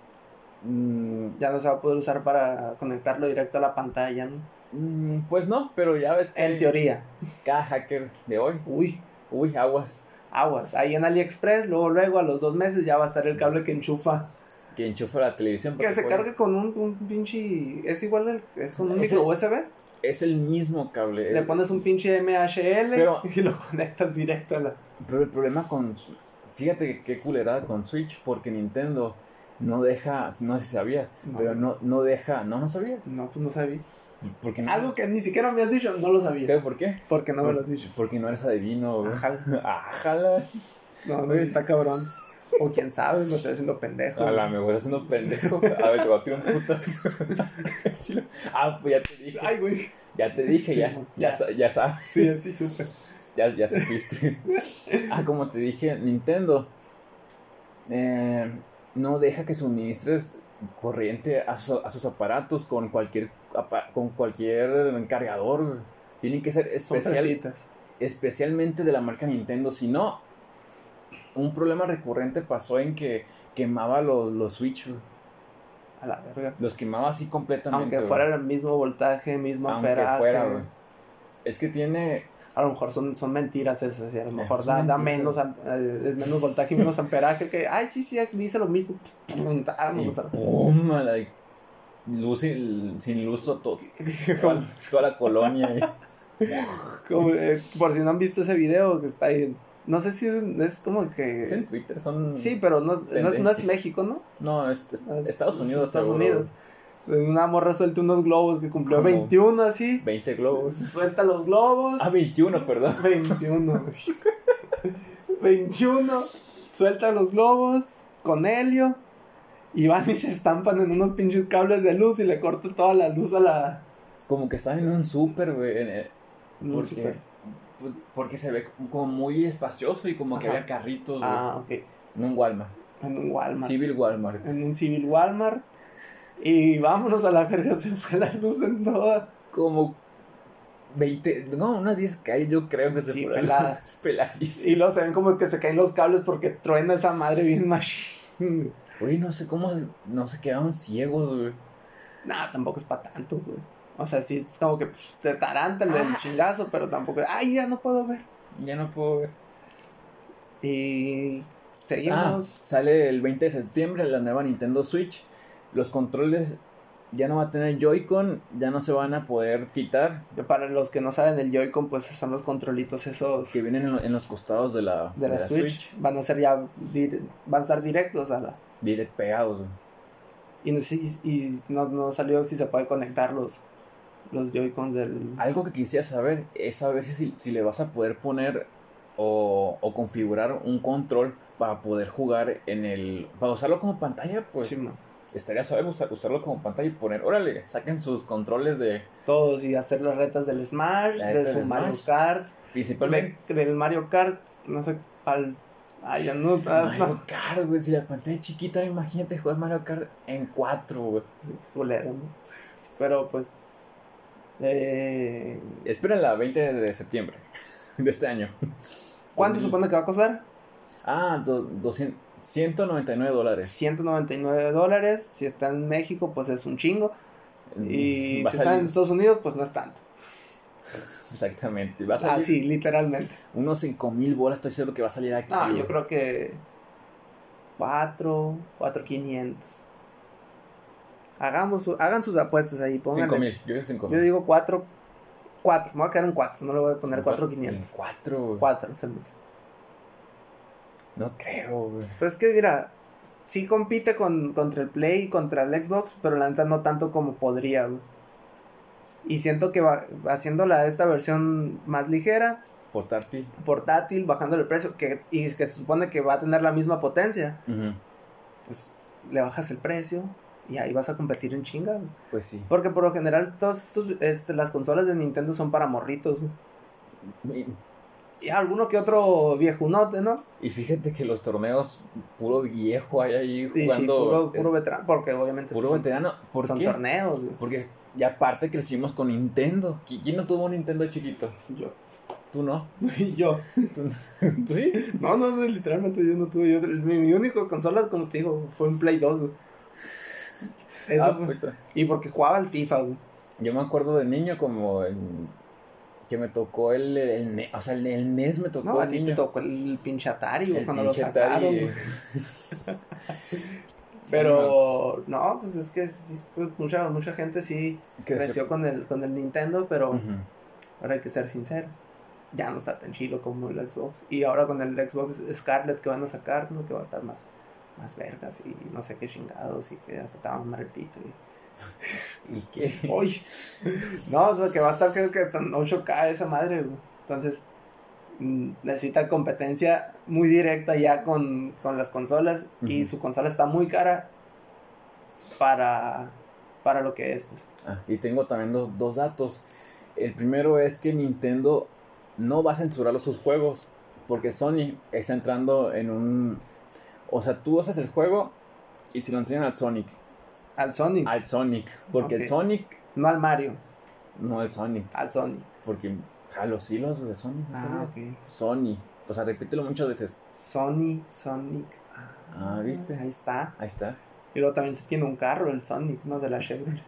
B: mm,
A: Ya no se va a poder usar para conectarlo directo a la pantalla, ¿no?
B: mm, pues no, pero ya ves que
A: En teoría.
B: cada hacker de hoy,
A: Uy,
B: uy, aguas,
A: aguas. Ahí en AliExpress, luego, luego, a los dos meses ya va a estar el cable que enchufa.
B: que enchufa la televisión
A: Que
B: porque pues,
A: se
B: puedes-
A: cargue con un, un pinche. Es igual, el, es con un
B: Es
A: micro
B: el-
A: USB.
B: es el mismo cable.
A: Le pones un pinche MHL
B: Pero-
A: y lo conectas directo a la.
B: Pero el problema con. Fíjate que qué culerada con Switch, porque Nintendo no deja. No sé si sabías,
A: No.
B: pero no, no deja. No, no sabías.
A: No, pues no sabía.
B: Porque no,
A: Algo que ni siquiera me has dicho, no lo sabía.
B: ¿Sabes por qué?
A: Porque
B: Mm.
A: no me lo has dicho.
B: Porque no eres adivino. [LAUGHS] Ah, güey.
A: Ajá.
B: Ajala.
A: No, no, está cabrón. O quién sabe, me estoy haciendo pendejo.
B: A la me voy haciendo pendejo. A ver, te voy a tirar un putazo. [LAUGHS] Sí, lo- ah, pues ya te dije.
A: Ay, güey.
B: Ya te dije, ya.
A: Sí,
B: Ya,
A: ya.
B: sa- ya sabes.
A: Sí, así supe.
B: Ya, ya
A: [LAUGHS]
B: supiste. ah, como te dije, Nintendo eh, no deja que suministres corriente a, su- a sus aparatos con cualquier apa- con cualquier cargador. güey. Tienen que ser
A: Son
B: especial,
A: fresitas.
B: especialmente de la marca Nintendo. Si no, un problema recurrente pasó en que quemaba los, los Switch. güey.
A: A la verga.
B: Los quemaba así completamente.
A: Aunque
B: güey.
A: fuera el mismo voltaje, mismo
B: Aunque
A: amperaje.
B: fuera, güey. Es que tiene
A: A lo mejor son, son mentiras esas. y a lo
B: Eh,
A: mejor da,
B: son
A: da menos,
B: mentiras.
A: am- eh, es menos voltaje y menos amperaje. Que, ay, sí, sí, dice lo mismo. Pum,
B: Y
A: [LAUGHS] vámonos a la-
B: pum, a la- luz y- sin luz to-
A: [LAUGHS]
B: to- toda, toda la colonia. y-
A: Como, eh, por si no han visto ese video que está ahí. No sé si es, es como que.
B: Es en Twitter, son...
A: Sí, pero no, no es- no es México, ¿no?
B: No, es, es-
A: Es-
B: Estados Unidos.
A: Estados
B: seguro.
A: Unidos. Una morra suelta unos globos que cumplió
B: Como
A: 21 así.
B: 20 globos.
A: Suelta los globos.
B: Ah, 21, perdón.
A: 21. güey. 21. Suelta los globos con helio. Y van y se estampan en unos pinches cables de luz y le corta toda la luz a la.
B: Como que estaba en un súper, güey. en el-
A: no,
B: Porque,
A: super-
B: pu- porque se ve como muy espacioso y como que
A: Ajá.
B: había carritos, Pues, güey.
A: Ah, ok.
B: En un Walmart.
A: En un Walmart.
B: Civil Walmart.
A: En un civil Walmart. Y vámonos a la verga, se fue la luz en toda.
B: Como 20, no, unas 10 calles yo creo que se
A: Sí,
B: [LAUGHS] fueron.
A: pelada.
B: Es peladísimo.
A: Y luego se ven como que se caen los cables porque truena esa madre bien machine.
B: Güey, no sé cómo se- no se quedaron ciegos, güey.
A: No, tampoco es para tanto, güey. O sea, sí es como que pff, te taranta el chingazo, pero tampoco. Ay, ya no puedo ver.
B: Ya no puedo ver.
A: Y
B: Ah,
A: seguimos.
B: sale el 20 de septiembre la nueva Nintendo Switch. Los controles ya no va a tener Joy-Con, ya no se van a poder quitar,
A: Que Para los que no saben, el Joy-Con, pues son los controlitos esos
B: que vienen en, lo- en los costados de la,
A: de la,
B: de la
A: Switch. Van a ser ya. dir- van a estar directos a la.
B: Direct pegados. güey.
A: Y no sé, y- y no, no salió si se puede conectar los, los Joy-Cons del.
B: Algo que quisiera saber es saber si, si le vas a poder poner o, o configurar un control para poder jugar en el... Para usarlo como pantalla, pues
A: Sí, ma.
B: estaría suave usa- usarlo como pantalla y poner, órale, saquen sus controles de...
A: Todos y hacer las retas del Smash,
B: La
A: de
B: reta
A: su
B: del
A: Mario
B: Smash.
A: Kart,
B: Principalmente...
A: de- del Mario Kart, no sé cuál. Ay, ya [LAUGHS] no. ah,
B: Mario Kart, güey, si la pantalla es chiquita, ahora imagínate jugar Mario Kart en 4, güey.
A: culero, ¿no? Pero pues. Eh,
B: Esperen la 20
A: [LAUGHS]
B: de septiembre de este año.
A: ¿Cuánto
B: Mm.
A: supone que va a costar?
B: Ah, do- 200 199 dólares.
A: 199 dólares. Si está en México, pues es un chingo. Y
B: Mm, Va a
A: si está en
B: salir,
A: Estados Unidos, pues no es tanto.
B: exactamente, va a
A: Ah,
B: salir
A: sí, literalmente.
B: unos 5 mil bolas, estoy seguro que va a salir aquí.
A: No,
B: güey.
A: Ah, yo creo que 4, 4,500. Hagamos, su- hagan sus apuestas ahí, pónganle.
B: 5 mil, yo digo 5
A: Yo
B: mil.
A: digo 4, 4, me voy a quedar en 4, no le voy a poner 4,500.
B: 4,
A: 4, se me hace.
B: No creo, güey.
A: Pues es que mira, sí compite con, contra el Play y contra el Xbox, pero la neta no tanto como podría, güey. Y siento que va, haciéndola esta versión más ligera,
B: Portátil.
A: portátil, bajándole el precio, que, y que se supone que va a tener la misma potencia,
B: Ujú,
A: pues le bajas el precio y ahí vas a competir en chinga, güey.
B: Pues sí.
A: Porque por lo general todas estos- este, las consolas de Nintendo son para morritos, güey.
B: Y-
A: Y alguno que otro viejunote, ¿no?
B: Y fíjate que los torneos, puro viejo hay ahí
A: Y sí,
B: jugando.
A: puro,
B: es-
A: puro veterano, porque obviamente
B: puro
A: pues, son,
B: veterano. ¿Por
A: son
B: qué?
A: torneos, güey.
B: Porque ya aparte crecimos con Nintendo. ¿Qui- ¿Quién no tuvo un Nintendo chiquito?
A: Yo. [LAUGHS]
B: Tú no. Ah,
A: yo.
B: ¿Tú sí?
A: No, no, no, literalmente yo no tuve. Yo, mi, mi único consola, como te digo, fue un Play 2. güey. Eso
B: Ah,
A: fue-
B: pues,
A: Y porque jugaba al FIFA, güey.
B: yo me acuerdo de niño como en- que me tocó el, el ne- o sea, el, el NES me tocó
A: No, a
B: de
A: ti te
B: niño.
A: tocó el pinche Atari, güey,
B: El
A: cuando lo
B: pinche
A: sacaron,
B: Atari,
A: güey.
B: eh.
A: Pero, no, pues es que sí, pues, mucha, mucha gente sí
B: [LAUGHS] Creció- Mm.
A: creció con el, con el Nintendo, pero
B: Ujú.
A: ahora hay que ser sinceros. Ya no está tan chido como el Xbox. Y ahora con el Xbox Scarlet que van a sacar, ¿no? Que va a estar más, más vergas y no sé qué chingados y que hasta te va a mamar el pito y...
B: ¿Y qué?
A: Uy. No, o sea, que va a estar creo que tan 8K esa madre, güey. Entonces, mm, necesita competencia muy directa ya con, con las consolas. Y
B: Ujú.
A: su consola está muy cara para, para lo que es, pues.
B: Ah, y tengo también los dos datos. El primero es que Nintendo no va a censurar sus juegos porque Sony está entrando en un... O sea, tú haces el juego y se lo enseñan al Sonic.
A: Al Sonic.
B: Al Sonic. Porque el
A: Ok.
B: Sonic...
A: No al Mario,
B: No, al Sonic.
A: al Sonic.
B: Porque jalo los hilos de Sony. ¿no sabía?
A: ok.
B: Sony. O sea, repítelo muchas veces.
A: Sony, Sonic.
B: Ah, ¿viste?
A: Ahí está. [LAUGHS]
B: Ahí está.
A: Y luego también se tiene un carro, el Sonic, ¿no? De la Chevrolet.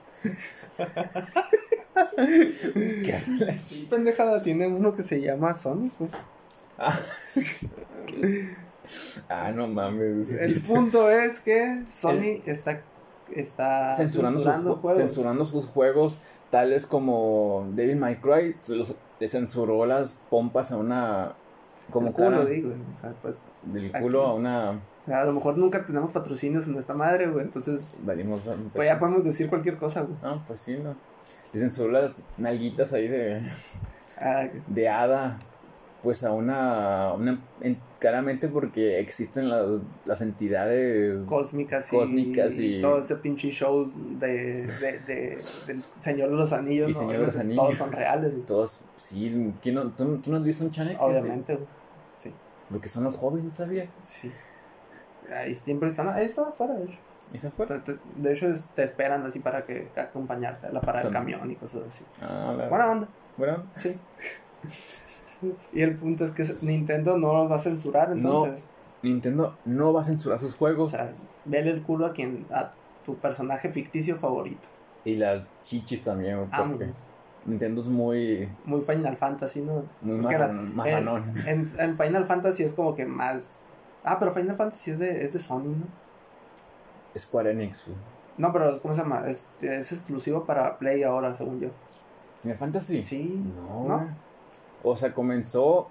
A: Sí, pendejada, tiene uno que se llama Sonic, güey.
B: ah, no mames. sí,
A: El
B: sí. [LAUGHS]
A: punto es que Sony está está
B: censurando, sus
A: ah, censurando
B: ju-
A: juegos.
B: censurando sus juegos, tales como Devil May Cry, se los- le censuró las pompas a una. Como
A: El culo,
B: cara
A: digo, o sea, pues,
B: del
A: aquí.
B: culo a una.
A: o sea, a lo mejor nunca tenemos patrocinios en esta madre, güey, entonces,
B: Valimos,
A: pues ya podemos decir cualquier cosa, güey.
B: Ah, pues sí, no. Le censuró las nalguitas ahí de,
A: Ah,
B: de hada, pues a una, una- en- claramente porque existen las, las entidades
A: cósmicas y,
B: Cósmicas y-
A: todo ese pinche show de, de, de- del Señor de los Anillos.
B: Y
A: ¿no?
B: Señor de los
A: Obviamente, Todos
B: Anillos.
A: son reales,
B: [LAUGHS]
A: güey.
B: todos, sí, ¿quién no- tú, tú no has visto un channel?
A: obviamente, güey.
B: Porque son los jóvenes, ¿no sabías?
A: Sí. Ahí siempre están, ahí estaba afuera, de hecho.
B: ¿Esa fue?
A: Te- te- De hecho, es- te esperan así para que acompañarte a la parada del
B: Son-
A: camión y cosas así.
B: Ah, la-
A: Buena onda,
B: bueno,
A: sí. Y el punto es que Nintendo no los va a censurar,
B: No.
A: entonces,
B: Nintendo no va a censurar sus
A: o
B: juegos
A: sea, vele el culo a quien, a tu personaje ficticio favorito.
B: y las chichis también,
A: Ah,
B: güey, porque
A: Ambos.
B: Nintendo es muy,
A: Muy Final Fantasy, ¿no?
B: muy
A: Porque la-
B: marran- marranón.
A: En, en Final Fantasy es como que más. Ah, pero Final Fantasy es de, es de Sony, ¿no? eh,
B: Square Enix, güey.
A: No, pero ¿cómo se llama? Es, es exclusivo para Play ahora, según yo.
B: Final Fantasy.
A: Sí.
B: No,
A: ¿No?
B: güey. O sea, comenzó.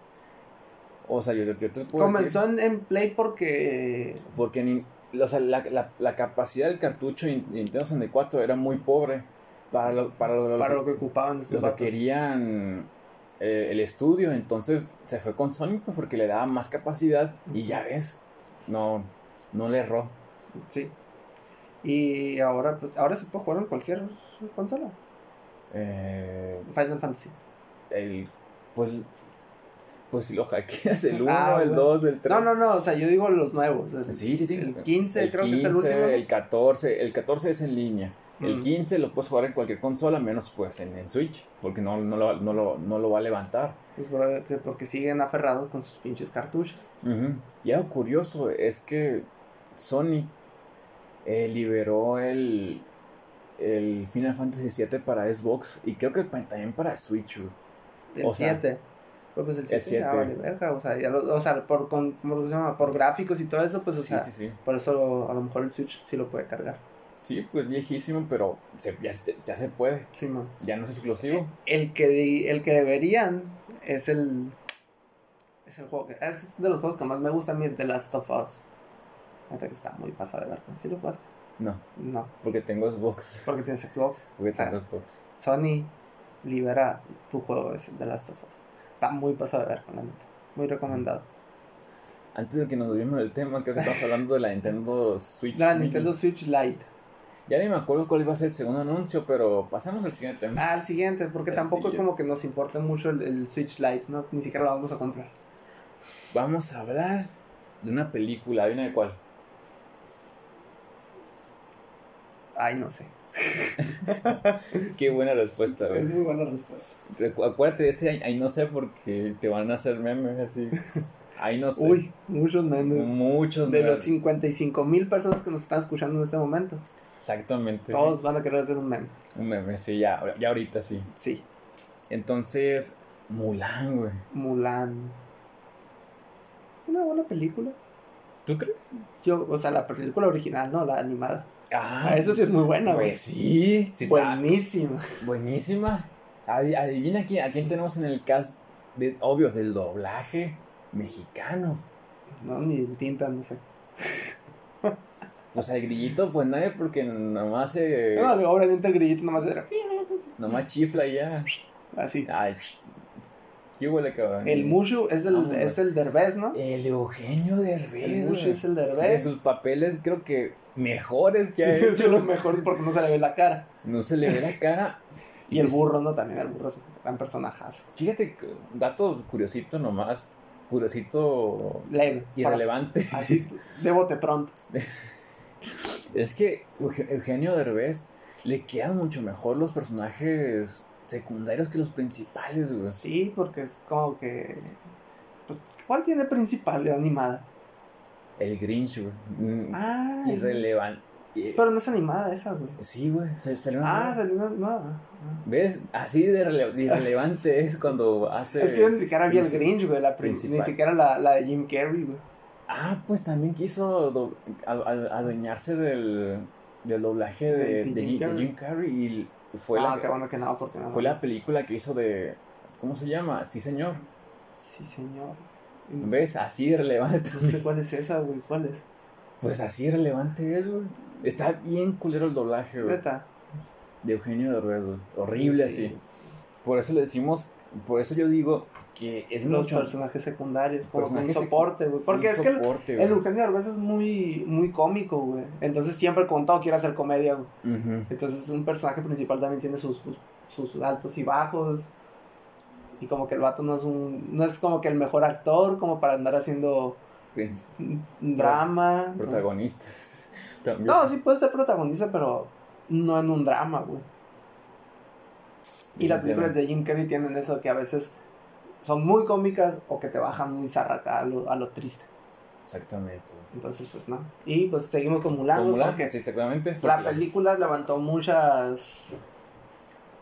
B: O sea, yo, yo te puedo decir,
A: Comenzó en, en Play porque.
B: porque ni- o sea, la, la- la capacidad del cartucho de Nintendo 64 era muy pobre para lo, para lo, lo
A: para
B: que,
A: lo que ocupaban estos
B: lo que
A: vatos.
B: querían eh, el estudio. Entonces se fue con Sony pues, porque le daba más capacidad. Y ya ves, no, no le erró.
A: Sí. Y ahora, pues, ahora se puede jugar en cualquier consola.
B: Eh,
A: Final Fantasy.
B: el, pues, pues si lo hackeas, el 1,
A: Ah,
B: el
A: bueno.
B: 2, el 3.
A: No, no, no, o sea, yo digo los nuevos. el-
B: Sí, sí, sí.
A: El 15,
B: El
A: creo que es el
B: 15,
A: último.
B: el 14, el 14 es en línea. El
A: Mm.
B: 15 lo puedes jugar en cualquier consola, menos pues en, en Switch, porque no, no, lo, no, lo, no lo va a levantar.
A: Pues porque, porque siguen aferrados con sus pinches cartuchos.
B: Ujú. Y algo curioso es que Sony eh, liberó el, el Final Fantasy VII para Xbox y creo que pa- también para Switch. güey.
A: El
B: O sea,
A: 7. Pues, pues el 7 ya
B: siete.
A: vale verga, o sea, ya lo- o sea, por, con, ¿cómo se llama? por gráficos y todo eso, pues, o
B: sí,
A: sea,
B: sí, sí.
A: por eso a lo mejor el Switch sí lo puede cargar.
B: Sí, pues viejísimo, pero se- ya, se- ya se puede.
A: Simón.
B: Ya no es exclusivo.
A: El que, di- el que deberían es el. Es el juego que. Es de los juegos que más me gusta a mí, The Last of Us. Neta que está muy pasado de verga. ¿Sí lo jugaste?
B: No,
A: No,
B: porque tengo Xbox.
A: porque tienes Xbox.
B: Porque
A: O sea,
B: tengo Xbox.
A: Sony libera tu juego, es el The Last of Us. Está muy pasado de verga, la neta. Muy recomendado.
B: Antes de que nos desviemos del tema, creo que estamos hablando de la Nintendo Switch.
A: La
B: Mini.
A: Nintendo Switch
B: [LAUGHS]
A: Lite.
B: Ya ni me acuerdo cuál iba a ser el segundo anuncio, pero pasemos al siguiente tema.
A: Al Ah, siguiente, porque
B: Al
A: tampoco
B: siguiente.
A: es como que nos importe mucho el, el Switch Lite, ¿no? Ni siquiera lo vamos a comprar.
B: Vamos a hablar de una película, ¿de una de cuál?
A: Ay, no sé.
B: Qué buena respuesta,
A: Es
B: güey.
A: muy buena respuesta.
B: Recu- Acuérdate de ese ahí- ahí no sé porque te van a hacer memes así. Ahí no sé.
A: Uy, muchos memes.
B: Muchos
A: De
B: memes.
A: los 55 mil personas que nos están escuchando en este momento,
B: Exactamente.
A: todos van a querer hacer un meme.
B: Un meme, sí, ya, ya ahorita sí.
A: Sí,
B: Entonces, Mulan, güey.
A: Mulan. Una buena película.
B: ¿Tú crees?
A: Yo, o sea, la película original, no la animada.
B: Ah,
A: Ah, esa sí es muy buena, güey. Pues
B: Pues sí. sí está-
A: Buenísima.
B: Buenísima. Adi- Adivina quién, a quién tenemos en el cast, de, obvio, del doblaje mexicano.
A: No, ni tinta, no sé.
B: O sea, el grillito, pues nadie, porque nomás se.
A: No, obviamente el grillito nomás era
B: Nomás chifla y ya.
A: así.
B: Ay, qué huele, cabrón.
A: El Mushu es el,
B: Ah, bueno.
A: es el Derbez, ¿no?
B: El Eugenio
A: El
B: Derbez.
A: Mushu
B: güey.
A: es el
B: De
A: Derbez.
B: sus papeles, creo que mejores que ha
A: [LAUGHS] Es
B: hecho.
A: lo mejor porque no se le ve la cara.
B: No se le ve la cara.
A: Y el
B: es-
A: burro, ¿no? También el burro es un gran personajazo.
B: Fíjate, dato curiosito nomás. Curiosito.
A: Leve.
B: Irrelevante. [LAUGHS]
A: Así, de bote pronto.
B: Es que Euge- Eugenio Derbez le quedan mucho mejor los personajes secundarios que los principales, güey.
A: Sí, porque es como que. pues, ¿Cuál tiene principal de animada?
B: El Grinch, güey. Mm,
A: Ah,
B: Irrelevante. Eh,
A: pero no es animada esa, güey.
B: Sí, güey. se- salió una-
A: Ah, salió una nueva. Ah.
B: ¿Ves? Así de irrele-
A: [LAUGHS]
B: de irrelevante es cuando hace.
A: Es que yo ni siquiera vi el
B: princip-
A: Grinch, güey. La prim- Ni
B: principal.
A: siquiera la, la de Jim Carrey, güey.
B: Ah, pues también quiso do- a- a- adueñarse del. del doblaje de,
A: De- de Jim
B: de Jim, de
A: Carrey.
B: Jim Carrey y fue,
A: ah,
B: la,
A: qué bueno que nada, porque nada
B: fue la
A: más.
B: película que hizo de... ¿Cómo se llama? Sí, señor.
A: Sí, señor. Mm.
B: ¿Ves? Así de relevante.
A: No sé cuál es esa, güey. ¿Cuál es?
B: Pues así de relevante es, güey. Está bien culero el doblaje, güey.
A: Neta.
B: De Eugenio Derbez, güey. Horrible
A: Sí.
B: así. Por eso le decimos... Por eso yo digo que es
A: Los
B: mucho...
A: personajes secundarios, como que un
B: Personajes sec-
A: soporte, güey. Porque
B: un
A: es que el,
B: soporte,
A: el
B: güey.
A: Eugenio Derbez es muy, muy cómico, güey. Entonces siempre con todo quiere hacer comedia, güey.
B: Ujú.
A: Entonces un personaje principal también tiene sus, sus, sus altos y bajos. Y como que el vato no es un, no es como que el mejor actor, como para andar haciendo
B: Bien,
A: mm, drama. Entonces-
B: Protagonistas. [LAUGHS] También.
A: No, sí puede ser protagonista, pero no en un drama, güey. Y las películas de Jim Carrey tienen eso que a veces son muy cómicas o que te bajan muy zarraca a lo, a lo triste.
B: Exactamente. güey.
A: Entonces, pues no. Y pues seguimos con Mulan, güey,
B: Como Mulan,
A: porque
B: sí, exactamente.
A: la
B: porque
A: película levantó muchas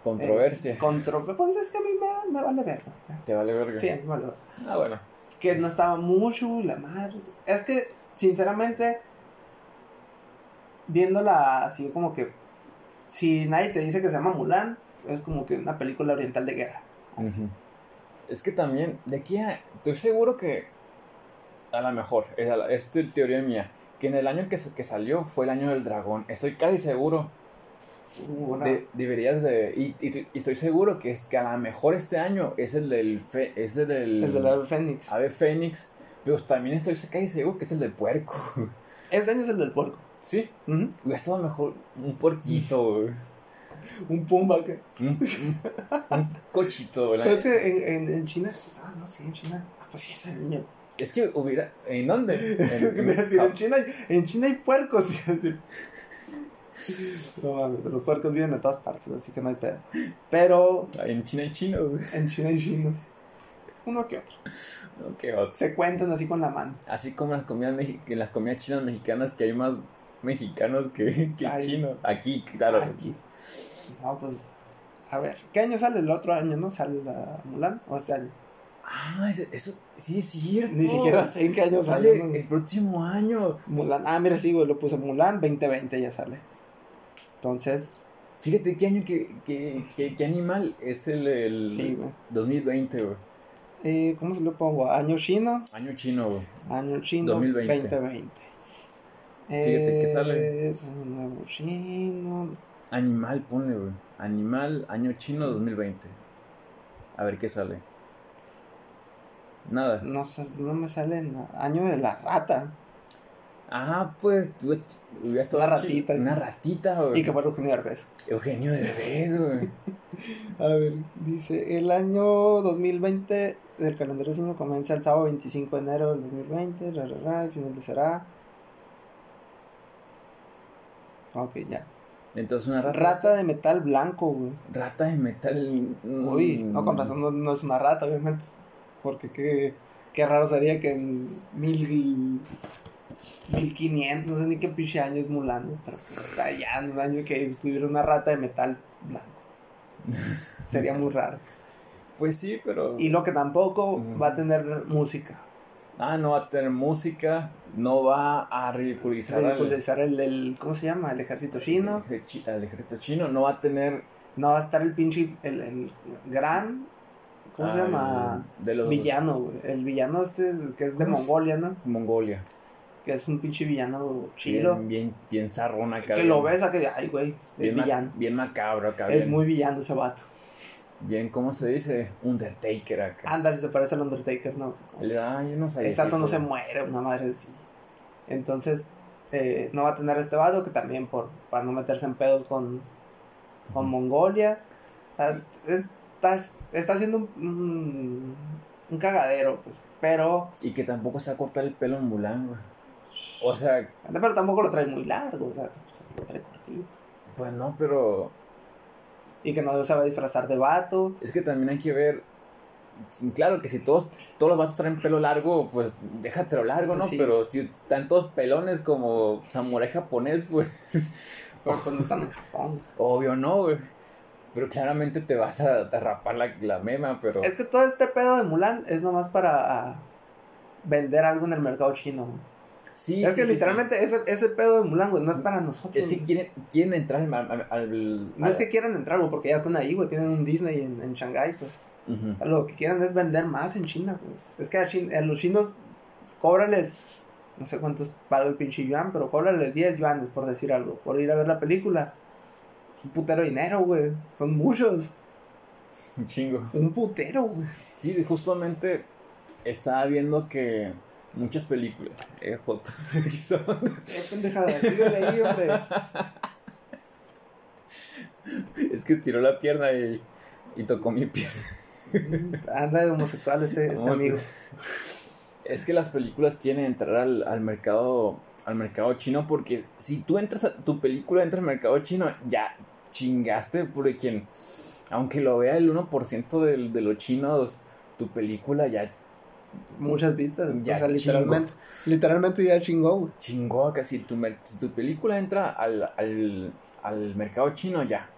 B: Controversia.
A: eh, contro- Pues es que a mí me, me vale verlo.
B: Te vale verga.
A: Sí, a mí me vale verga.
B: Ah, bueno.
A: Que no estaba mucho y la madre. Es que, sinceramente, viéndola así como que. Si nadie te dice que se llama Mulan, es como que una película oriental de guerra.
B: Ujú. Es que también, de aquí a- Estoy seguro que. A lo mejor, es, a la- es te- teoría mía. Que en el año que, se- que salió fue el año del dragón. Estoy casi seguro.
A: Uh, una-
B: De- deberías de. Y, y- y estoy seguro que, es, que a lo mejor este año es el del. fe- es el del.
A: el de la Fénix.
B: Ave Fénix. Pero también estoy casi seguro que es el del puerco.
A: Este año es el del puerco.
B: sí.
A: Ujú.
B: Hubiera estado mejor un [LAUGHS] puerquito, güey.
A: Un pumba que.
B: Un, un- un cochito, güey.
A: Pero es que en, en, en China. Ah, no, sí, en China. Ah, pues sí, es el niño.
B: Es que hubiera. ¿En [LAUGHS] dónde?
A: [LAUGHS]
B: En,
A: Es que te iba a decir,
B: Ja-
A: en, China, hay- en China hay puercos. [LAUGHS] te iba a decir. No mames, los puercos viven en todas partes, así que no hay pedo. Pero
B: Ah, en China y China, güey.
A: en China hay chinos. Uno que otro.
B: No, qué oso.
A: Se cuentan así con la mano.
B: Así como las comidas mexi- en las comidas chinas mexicanas que hay más mexicanos que, [LAUGHS] que
A: Ay.
B: chinos. Aquí, claro.
A: Aquí. No, pues. A ver, ¿qué año sale el otro año, no? ¿Sale la Mulan o este año?
B: Ah, ese- eso sí es cierto.
A: Ni siquiera sé en qué año sale.
B: Sale el próximo año.
A: Mulan. Ah, mira, sí, güey, lo puse Mulan 2020 ya sale. Entonces,
B: Fíjate qué año, que qué, qué- qué animal es el, el
A: sí, güey.
B: 2020, güey.
A: Eh, ¿Cómo se lo pongo? Año chino,
B: Año chino, güey.
A: año chino
B: 2020.
A: 2020.
B: Fíjate que sale.
A: Es un nuevo chino.
B: Animal, ponle, güey. Animal, año chino 2020. A ver qué sale. Nada.
A: No, sé, no me sale nada. Año de la rata.
B: Ah, pues, tú ch- hubiera estado
A: Una
B: chido.
A: ratita.
B: Una ratita, güey.
A: Y que fue Eugenio Derbez.
B: Eugenio Derbez, güey.
A: A ver, dice, el año 2020 del calendario chino comienza el sábado 25 de enero del 2020, ra, ra, ra, y finalizará. Ok, ya.
B: Entonces, una rata.
A: Rata de metal blanco, güey.
B: Rata de metal. mm,
A: Uy, no, con razón no, no es una rata, obviamente. Porque qué, qué raro sería que en mil, 1500, no sé ni qué pinche año es Mulan, ¿no? pero pues, está allá en un año que estuviera una rata de metal
B: [LAUGHS]
A: blanco. sería muy raro.
B: Pues sí, pero.
A: Y lo que tampoco
B: Ujú.
A: va a tener música.
B: Ah, no va a tener música. No va a ridiculizar al-
A: Ridiculizar el, el- ¿cómo se llama? El ejército chino.
B: al chi- Al ejército chino. No va a tener.
A: No va a estar el pinche, el, el gran, ¿cómo se
B: al-
A: llama?
B: De los.
A: Villano, güey. El villano este es- que es de
B: ¿Cómo es?
A: Mongolia, ¿no?
B: Mongolia.
A: que es un pinche villano chilo.
B: Bien, bien, bien zarrón acá.
A: que
B: bien-
A: lo ves acá, y, ay, güey, es
B: Bien, ma-
A: villano.
B: bien macabro acá.
A: Es
B: bien-
A: muy villano ese vato.
B: Bien, ¿cómo se dice? Undertaker acá.
A: Ándale, se parece al Undertaker, ¿no?
B: Le da unos
A: El
B: airecitos.
A: santo Ah, no se muere, una madre así. Entonces, eh, no va a tener este vato, que también por, para no meterse en pedos con, con Mongolia. Está, está, está haciendo un, un, un cagadero, pues, pero,
B: Y que tampoco se ha cortado el pelo en Mulan, güey. O sea,
A: pero tampoco lo trae muy largo, o sea, lo trae cortito.
B: pues no, pero
A: Y que no se va a disfrazar de vato.
B: es que también hay que ver. Claro que si todos, todos los vatos traen pelo largo, pues déjatelo largo, ¿no?
A: Sí.
B: Pero si están todos pelones como samurái japonés, pues [LAUGHS]
A: Pero pues no están en Japón.
B: obvio no, güey. Pero claramente te vas a, a rapar la, la mema, pero...
A: Es que todo este pedo de Mulan es nomás para ah, vender algo en el mercado chino. güey.
B: Sí,
A: es
B: sí,
A: que
B: sí,
A: literalmente Ese, ese pedo de Mulan, güey, no es para nosotros.
B: sí. Es que
A: güey.
B: quieren, quieren entrar al. al- al-
A: no es que quieran entrar, güey, porque ya están ahí, güey. Tienen un Disney en, en Shanghái, pues.
B: Ujú.
A: Lo que quieren es vender más en China, güey. Es que a, Chin- a los chinos, cóbrales, no sé cuántos para el pinche yuan, pero cóbrales 10 yuanes, por decir algo, por ir a ver la película. Es Un putero de dinero, güey. Son muchos.
B: Un chingo.
A: Un putero, [LAUGHS] güey.
B: Sí, justamente estaba viendo que muchas películas. Eh, J. [LAUGHS]
A: Qué Eh, pendejada, síguele ahí, hombre.
B: es que estiró la pierna y, y tocó mi pierna.
A: Mm, Anda de homosexual este, este
B: Vamos,
A: amigo.
B: Es que las películas quieren entrar al, al mercado al mercado chino porque si tú entras a tu película entra al mercado chino, ya chingaste porque quien aunque lo vea el 1% de, de los chinos, tu película ya
A: Muchas vistas.
B: Ya
A: o sea,
B: chingo.
A: literalmente. Literalmente ya chingó, güey.
B: chingó acá. Si tu, mer- si tu película entra al, al, al mercado chino, ya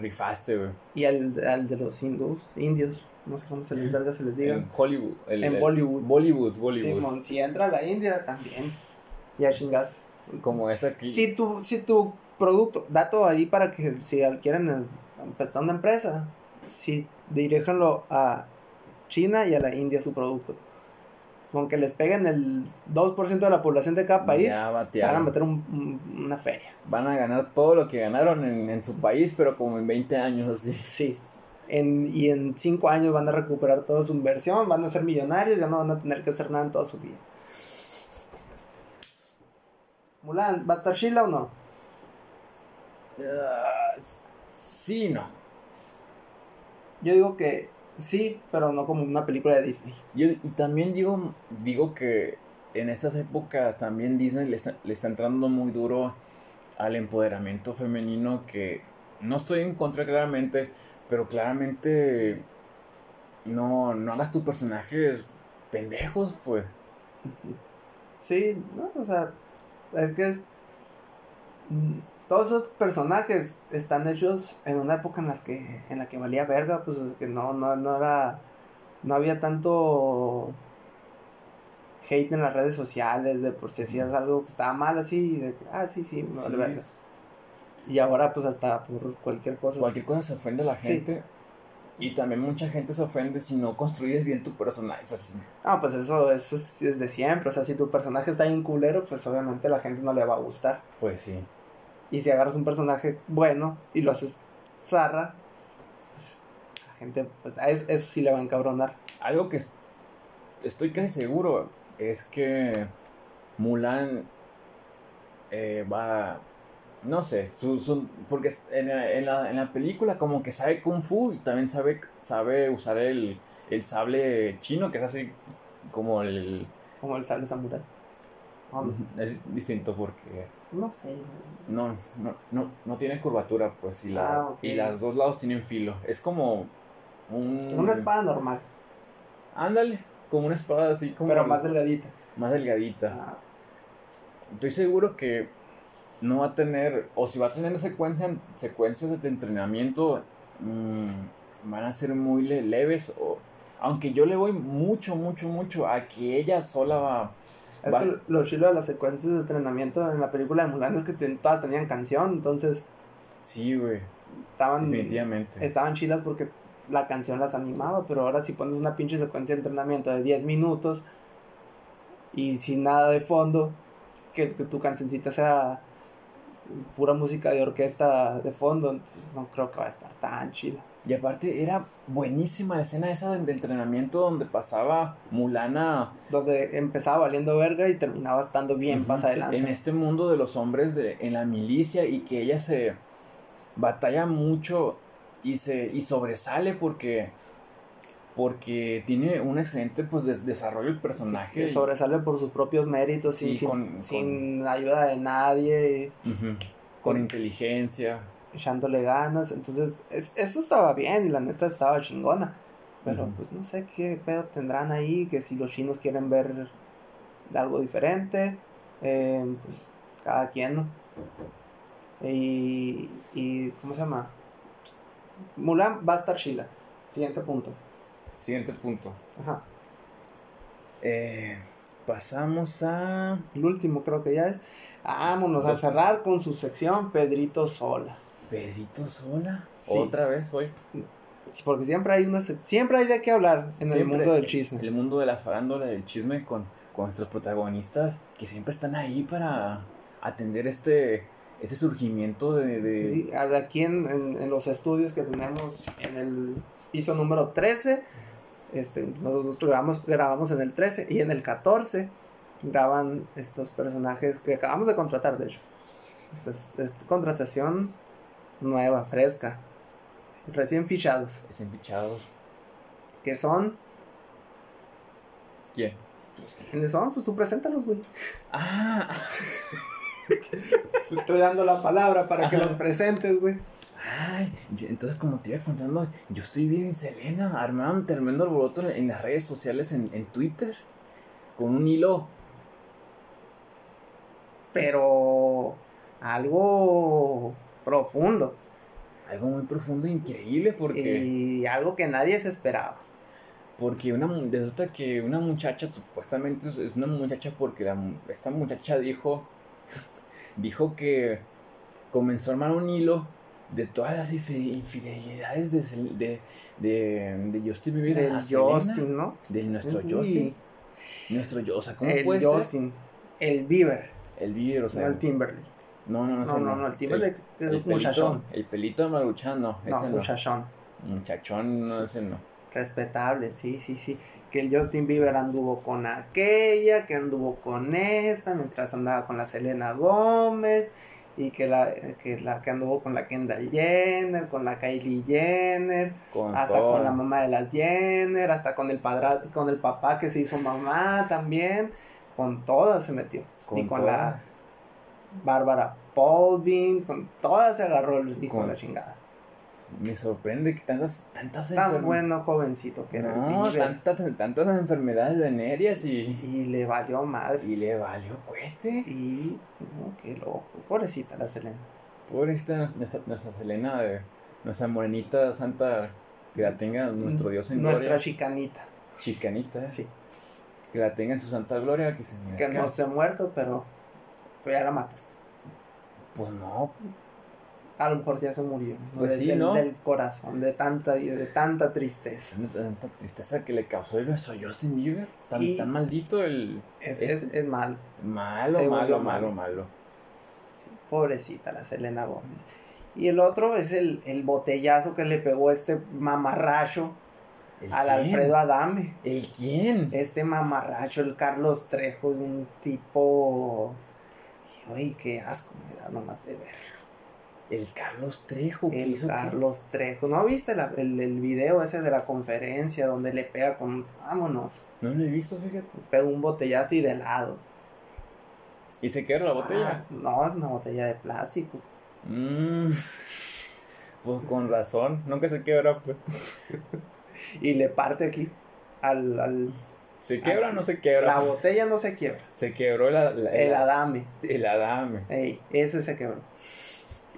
B: rifaste, güey.
A: Y al, al de los hindus, indios, no sé cómo se les verga se les diga.
B: En Hollywood. el-
A: En
B: el-
A: Bollywood.
B: Bollywood, Bollywood.
A: Simón, si entra a la India también. Ya chingaste.
B: Como esa que.
A: Si tu, si tu producto, dato ahí para que si quieren eh, empezar una empresa, si diríjanlo a China y a la India su producto. Aunque les peguen el 2% de la población de cada país,
B: Ya
A: se van a
B: batearon.
A: meter un- un- una feria.
B: Van a ganar todo lo que ganaron en, en su país, pero como en 20 años así.
A: Sí. En, y en cinco años van a recuperar toda su inversión, van a ser millonarios, ya no van a tener que hacer nada en toda su vida. Mulan, ¿va a estar chila o no?
B: Ah, sí, no.
A: Yo digo que sí, pero no como una película de Disney.
B: Yo, y también digo, digo que en esas épocas también Disney le está, le está entrando muy duro al empoderamiento femenino que no estoy en contra claramente, pero claramente no, no hagas tus personajes pendejos, pues.
A: Sí, no, o sea, es que es- mm, todos esos personajes están hechos en una época en las que en la que valía verga, pues es que no no no era no había tanto hate en las redes sociales de por si hacías algo que estaba mal así, de que, ah, sí, sí, me vale
B: Sí,
A: verga. Y ahora pues hasta por cualquier cosa.
B: Cualquier cosa se ofende a la
A: Sí.
B: gente. Y también mucha gente se ofende si no construyes bien tu personaje. o sea, si-
A: Ah, pues eso eso es desde siempre, o sea, si tu personaje está bien culero, pues obviamente la gente no le va a gustar.
B: pues sí.
A: Y si agarras un personaje bueno y lo haces zarra, pues la gente, pues a es- eso sí le va a encabronar.
B: Algo que est- estoy casi seguro es que Mulan eh, va. No sé, su- su- porque es- en la, en la- en la película como que sabe kung fu y también sabe, sabe usar el, el sable chino que es así como el...
A: Como el sable samurai. Ah, no,
B: Es distinto porque
A: no sé. güey.
B: No, no, no, no tiene curvatura, pues, y, la,
A: Ah, ok.
B: y las dos lados tienen filo. Es como un...
A: Una espada normal,
B: Ándale, como una espada así como...
A: pero más delgadita.
B: más delgadita.
A: Ah,
B: Estoy seguro que no va a tener, o si va a tener secuencia, secuencias de entrenamiento, mm, van a ser muy le- leves, o... Aunque yo le voy mucho, mucho, mucho a que ella sola va...
A: es
B: Vas-
A: que lo chilo de las secuencias de entrenamiento en la película de Mulan es que ten- todas tenían canción, entonces
B: Sí, güey,
A: estaban,
B: definitivamente.
A: estaban chilas porque la canción las animaba, pero ahora si pones una pinche secuencia de entrenamiento de 10 minutos y sin nada de fondo, que, que tu cancioncita sea pura música de orquesta de fondo, pues, no creo que va a estar tan chila.
B: Y aparte era buenísima la escena esa de, de entrenamiento donde pasaba Mulana
A: Donde empezaba valiendo verga y terminaba estando bien
B: ujú,
A: pasa adelante.
B: en este mundo de los hombres de, en la milicia y que ella se batalla mucho y se y sobresale porque porque tiene un excelente pues des- desarrollo el personaje. y-
A: sobresale por sus propios méritos,
B: Sí,
A: sin, sin-
B: con- con-
A: sin ayuda de nadie.
B: ujú, con inteligencia.
A: echándole ganas. Entonces, es- eso estaba bien y la neta estaba chingona. Pero
B: Ujú.
A: pues no sé qué pedo tendrán ahí, que si los chinos quieren ver algo diferente, eh, pues cada quien, ¿no? Y, y, ¿cómo se llama? Mulan va a estar chila. Siguiente punto.
B: Siguiente punto.
A: Ajá.
B: Eh, Pasamos a.
A: El último creo que ya es. Vámonos a cerrar con su sección Pedrito Sola.
B: Pedrito Sola.
A: Sí.
B: Otra vez hoy.
A: Porque siempre hay una sec- siempre hay de qué hablar en el
B: Siempre
A: mundo del chisme.
B: El mundo de la farándula, del chisme con, con nuestros protagonistas que siempre están ahí para atender este ese surgimiento de. de-
A: Sí, a- de aquí en, en- en los estudios que tenemos en el piso número 13, este, nosotros grabamos, grabamos en el 13 y en el 14 graban estos personajes que acabamos de contratar, de hecho. Es, es- es contratación nueva, fresca, recién fichados,
B: Es empichados.
A: que son...
B: ¿Quién?
A: ¿Quiénes son? Pues tú preséntalos, güey.
B: Ah,
A: Te estoy dando la palabra para que
B: Ajá.
A: los presentes, güey.
B: Ay, yo- entonces como te iba contando, yo estoy bien Selena, armaba un tremendo alboroto en, en las redes sociales, en, en Twitter, con un hilo.
A: Pero algo profundo.
B: Algo muy profundo, e increíble, porque,
A: Y algo que nadie se esperaba.
B: porque una, mu- resulta que una muchacha, supuestamente es- es una muchacha porque la mu- esta muchacha dijo, [LAUGHS] dijo que comenzó a armar un hilo de todas las infi- infidelidades de, Sel- de, de, de Justin Bieber
A: El
B: a Selena,
A: Justin, ¿no?
B: de nuestro
A: Uy,
B: Justin, nuestro, Yo- o sea, ¿cómo
A: el
B: puede ser?
A: Justin. El Bieber,
B: El Bieber, o sea.
A: no el Timberlake.
B: No, no, no. ese
A: No, no, no, el Timberlake es
B: El,
A: un
B: pelito,
A: muchachón.
B: el pelito de Maruchan, no.
A: No,
B: Ese no.
A: muchachón.
B: Muchachón, no,
A: Sí.
B: ese no.
A: Respetable, sí, sí, sí. Que el Justin Bieber anduvo con aquella, que anduvo con esta, mientras andaba con la Selena Gómez, y que la que, la, que anduvo con la Kendall Jenner, con la Kylie Jenner,
B: Con
A: hasta
B: todo.
A: con la mamá de las Jenner, hasta con el padra, con el papá que se hizo mamá también, con todas se metió. y con
B: todas.
A: Bárbara Paulvin, con todas se agarró el hijo
B: Con-
A: de la chingada.
B: Me sorprende que tantas, tantas
A: Tan
B: enferme-
A: bueno jovencito que era el
B: No,
A: Bieber.
B: tantas, tantas enfermedades venéreas y.
A: Y le valió madre.
B: Y le valió cueste.
A: Y, no, qué loco. Pobrecita la Selena.
B: Pobrecita nuestra, nuestra Selena de. Nuestra morenita santa. Que la tenga nuestro Dios en
A: Mm, Nuestra
B: gloria.
A: chicanita.
B: Chicanita. eh,
A: Sí.
B: Que la tenga en su santa gloria. Que se me
A: Que no
B: descanse.
A: se ha muerto, pero pues, ya la mataste.
B: Pues no,
A: A lo mejor ya se murió.
B: Pues
A: Del-
B: sí,
A: del,
B: ¿no?
A: del corazón, de tanta, y de tanta tristeza.
B: tanta tristeza que le causó el nuestro Justin Bieber. Tan,
A: Y-
B: tan maldito el.
A: Es, es,
B: Este-
A: es malo.
B: Malo,
A: Se
B: malo,
A: volvió malo.
B: malo, malo.
A: Sí, pobrecita la Selena Gómez. Y el otro es el, el botellazo que le pegó este mamarracho
B: ¿El
A: al
B: quién?
A: Alfredo Adame.
B: ¿El quién?
A: Este mamarracho, el Carlos Trejo, es un tipo. Uy, qué asco me da nomás de ver.
B: El Carlos Trejo. que
A: El
B: hizo que-
A: Carlos Trejo. ¿No viste la- el, el video ese de la conferencia donde le pega con. Vámonos.
B: No lo he visto, fíjate.
A: Le pega un botellazo y de lado.
B: ¿Y se quedó la
A: Ah,
B: botella?
A: no, es una botella de plástico.
B: Mm. Pues con razón. Nunca se quebra, pues.
A: Y le parte aquí. Al, al-
B: ¿Se
A: Ah,
B: quebra o no se quebra?
A: la botella no se quiebra.
B: Se quebró la, la-
A: El
B: la-
A: Adame.
B: el Adame.
A: Ey, ese se quebró.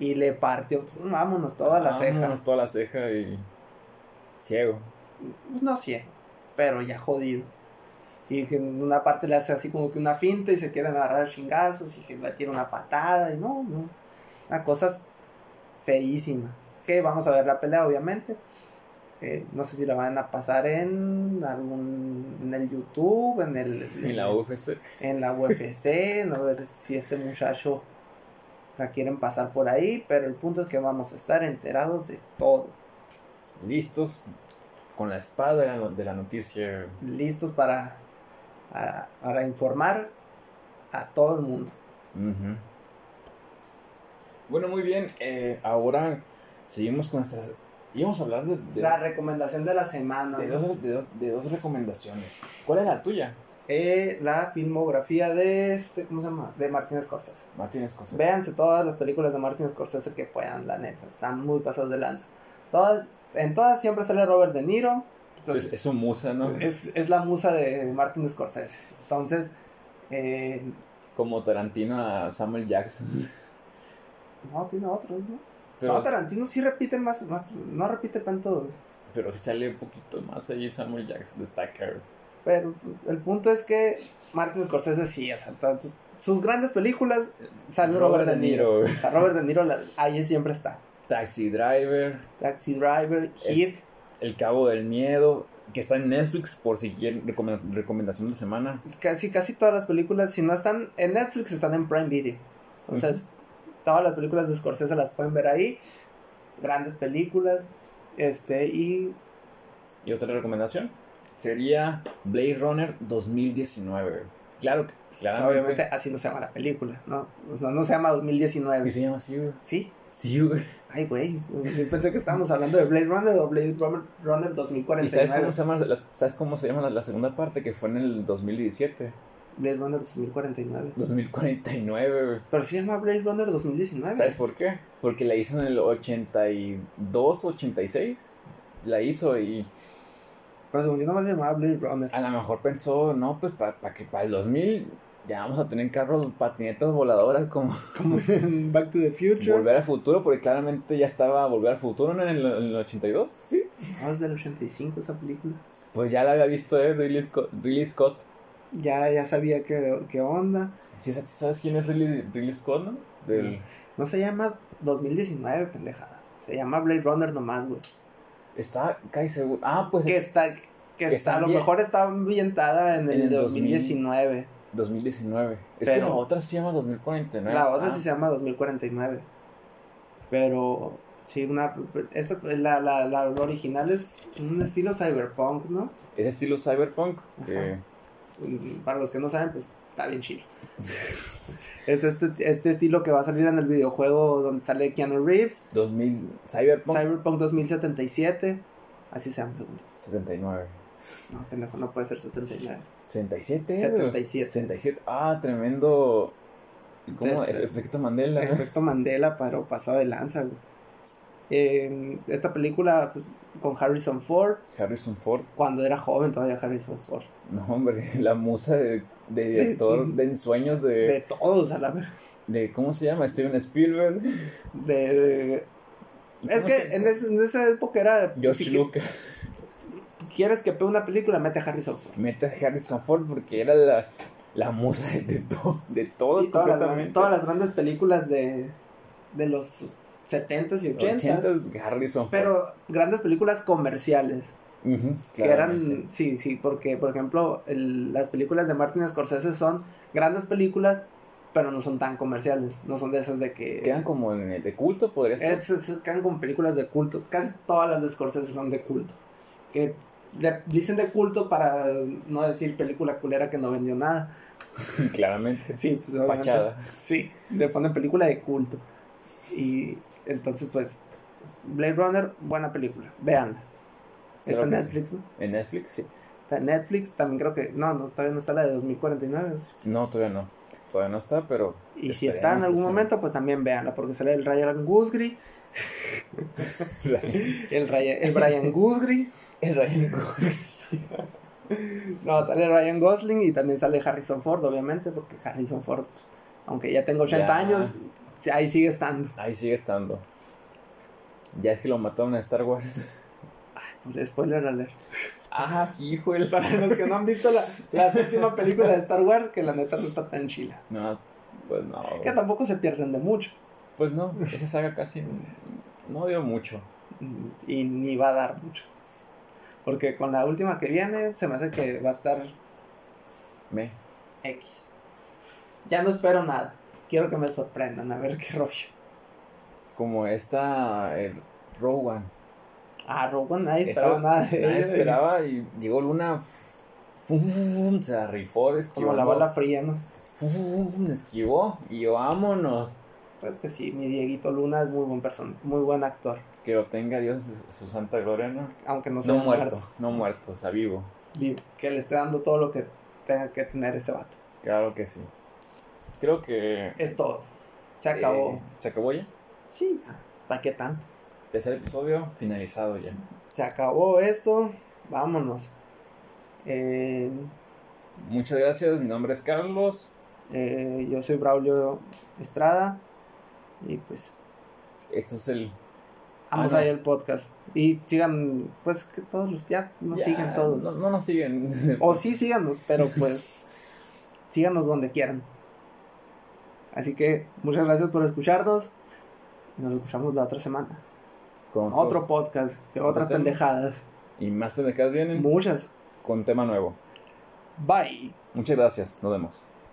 A: Y le partió, pues, vámonos, toda la ceja.
B: Vámonos, Toda la ceja y. Ciego.
A: No sé, pero ya jodido. Y que en una parte le hace así como que una finta y se quieren agarrar chingazos y que le tira una patada y no, no. Una cosa feísima. Que vamos a ver la pelea, obviamente. Eh, no sé si la van a pasar en algún en el YouTube, en el
B: En la UFC.
A: en la UFC, no ver si este muchacho la quieren pasar por ahí, pero el punto es que vamos a estar enterados de todo,
B: Listos. Con la espada de la no- de la noticia.
A: listos para, para, para informar a todo el mundo.
B: Ujú. Bueno, muy bien. eh, ahora seguimos con nuestras. Íbamos a hablar de, de,
A: La recomendación de la semana,
B: de
A: ¿no?
B: dos, de dos- de dos recomendaciones. ¿Cuál es la tuya,
A: Eh, la filmografía de este, ¿cómo se llama? De Martin Scorsese.
B: Martínez Scorsese?
A: Véanse todas las películas de Martin Scorsese que puedan, la neta, están muy pasadas de lanza. Todas, en todas siempre sale Robert De Niro.
B: Entonces, es un musa, ¿no?
A: es, es la musa de Martin Scorsese. Entonces, eh,
B: Como Tarantino a Samuel Jackson.
A: no, tiene otros, ¿no?
B: Pero,
A: No, Tarantino sí repite más, más no repite tanto.
B: pero sí sale un poquito más ahí Samuel Jackson. Destaca. güey.
A: Pero el punto es que Martin Scorsese sí, o sea, todas sus, sus grandes películas sale Robert, De Niro. O sea, Robert De Niro la- ahí siempre está.
B: Taxi Driver,
A: Taxi Driver, Hit,
B: El Cabo del Miedo, que está en Netflix por si quieren recomenda- recomendación de semana.
A: casi, casi todas las películas, si no están en Netflix, están en Prime Video. Entonces, todas las películas de Scorsese las pueden ver ahí. Grandes películas. Este, y
B: Y otra recomendación sería Blade Runner 2019. Claro que,
A: pues,
B: claramente.
A: obviamente así no se llama la película, ¿no? O sea, no se llama
B: ¿Y
A: 2019.
B: se llama así, güey?
A: Sí,
B: Sí, güey.
A: ay, güey. yo Pensé que estábamos hablando de Blade Runner o Blade Runner- Runner
B: ¿Y sabes cómo
A: 2049.
B: se llama, la, sabes cómo se llama la, la segunda parte? Que fue en el 2017.
A: Blade Runner 2049.
B: 2049, güey.
A: Pero sí se llama Blade Runner 2019.
B: ¿Sabes por qué? Porque la hizo en el 82, 86. La hizo y
A: Pero según yo nomás se llamaba Blade Runner.
B: a lo mejor pensó, no, pues para que para el 2000 ya vamos a tener carros, patinetas
A: [LAUGHS]
B: voladoras como
A: [LAUGHS] Como en Back to the Future.
B: Volver al Futuro, porque claramente ya estaba Volver al Futuro ¿no? en el, en el 82, ¿sí?
A: No, es del 85 esa película.
B: Pues ya la había visto eh, Ridley, Scott, Ridley Scott.
A: Ya, ya sabía qué, qué onda.
B: ¿Sí, sa- sí sabes quién es Ridley, Ridley Scott, no?
A: Mm.
B: Del-
A: No se llama 2019, pendejada. Se llama Blade Runner nomás, güey.
B: Está casi seguro. Ah, pues
A: Que
B: es
A: está, que,
B: Que
A: está, a lo
B: también-
A: mejor está ambientada en el,
B: En el
A: 2019.
B: 2019. Es que
A: Pero-
B: la otra se llama 2049.
A: La otra
B: Ah,
A: sí se llama 2049. Pero, sí, una. Esta, la, la, la original es un estilo cyberpunk, ¿no?
B: Es estilo cyberpunk. que-
A: Mm, Para los que no saben, pues está bien chido. es este, este estilo que va a salir en el videojuego donde sale Keanu Reeves,
B: 2000, cyberpunk
A: Cyberpunk 2077. Así se llama, según yo.
B: 79.
A: No, pendejo, no puede ser 79.
B: 67.
A: 77.
B: 67. Ah, tremendo. ¿Cómo?
A: Este-
B: Efe- Efecto Mandela.
A: Efecto Mandela, pero pasado de lanza, güey. Eh, esta película pues, con Harrison Ford,
B: Harrison Ford.
A: cuando era joven todavía Harrison Ford.
B: No, hombre, [LAUGHS] la musa de, de director de ensueños
A: De
B: de,
A: todos, a la vez.
B: de. ¿Cómo se llama? Steven Spielberg.
A: De, de- [LAUGHS] Es que en, ese- en esa época era...
B: George
A: si qui-
B: Lucas.
A: quieres que pegue una película, mete a Harrison Ford.
B: Mete a Harrison Ford porque era la, la musa de, de, to- de todos
A: Sí, todas, las, gran-
B: completamente.
A: todas las grandes películas de, de los 70s y 80s,
B: 80s, Harrison Ford.
A: pero grandes películas comerciales.
B: Ujú,
A: Que eran,
B: claramente.
A: sí, sí, porque por ejemplo, el- las películas de Martin Scorsese son grandes películas, pero no son tan comerciales, no son de esas de
B: Que
A: que...
B: eran como en el de culto, podría ser.
A: Es- es- quedan como películas de culto, casi todas las de Scorsese son de culto. Que le- dicen de culto para no decir película culera que no vendió nada.
B: [LAUGHS] claramente.
A: Sí, pues, obviamente,
B: Fachada.
A: Sí, le ponen película de culto. Y entonces pues, Blade Runner, buena película, véanla. Está
B: Claro
A: en
B: que sí.
A: Netflix, ¿no?
B: En Netflix, sí.
A: Está en Netflix, también creo que. No, no, todavía no está la de 2049.
B: No, todavía no. Todavía no está, pero.
A: Y si está en algún momento, pues también véanla, porque sale el Ryan Guzgri,
B: [LAUGHS] momento.
A: el, Ryan- el Brian Guzgri,
B: el Ryan Gosling.
A: no, sale Ryan Gosling y también sale Harrison Ford, obviamente, porque Harrison Ford, aunque ya tenga 80
B: Ya.
A: años, sí, ahí sigue estando.
B: Ahí sigue estando. Ya es que lo mataron en Star
A: [LAUGHS]
B: Wars.
A: Spoiler alert.
B: Ah, hijo el
A: Para los que no han visto la, la séptima película de Star Wars, que la neta no está tan chila.
B: No, pues no.
A: Que tampoco se pierden de mucho.
B: Pues no, esa saga casi no dio mucho.
A: y ni va a dar mucho. Porque con la última que viene, se me hace que va a estar
B: Me.
A: X. Ya no espero nada. Quiero que me sorprendan, a ver qué rollo.
B: Como esta el Rogue One.
A: Ah, Rogue One, nadie
B: Esa-
A: esperaba nada de
B: Nadie
A: ella.
B: esperaba y llegó Luna. fum, fum, fum, se la rifó, esquivó.
A: Como la bala fría, ¿no?
B: esquivó y yo, vámonos.
A: Pues que sí, mi Dieguito Luna es muy buen persona, muy buen actor.
B: Que lo tenga Dios en su, su santa gloria, ¿no?
A: Aunque no
B: No,
A: sea
B: muerto, no muerto, o sea, vivo.
A: vivo, que le esté dando todo lo que tenga que tener este vato.
B: Claro que sí. Creo que.
A: Es todo. Se acabó.
B: eh, se acabó ya.
A: Sí, ¿para qué tanto?
B: Tercer episodio finalizado ya.
A: Se acabó esto. Vámonos. Eh,
B: Muchas gracias, mi nombre es Carlos.
A: Eh, yo soy Braulio Estrada. Y pues,
B: Esto es el
A: Vamos
B: Ah, no.
A: ahí el podcast. Y sigan, pues que todos los, ya nos
B: Ya,
A: sigan todos.
B: No, no nos siguen.
A: O sí síganos, pero pues síganos donde quieran. Así que muchas gracias por escucharnos. y Nos escuchamos la otra semana.
B: [LAUGHS] Con
A: Otro
B: otros-
A: podcast, que
B: otro
A: otras
B: tema.
A: pendejadas.
B: Y más pendejadas vienen
A: Muchas.
B: con tema nuevo.
A: Bye.
B: Muchas gracias. Nos vemos.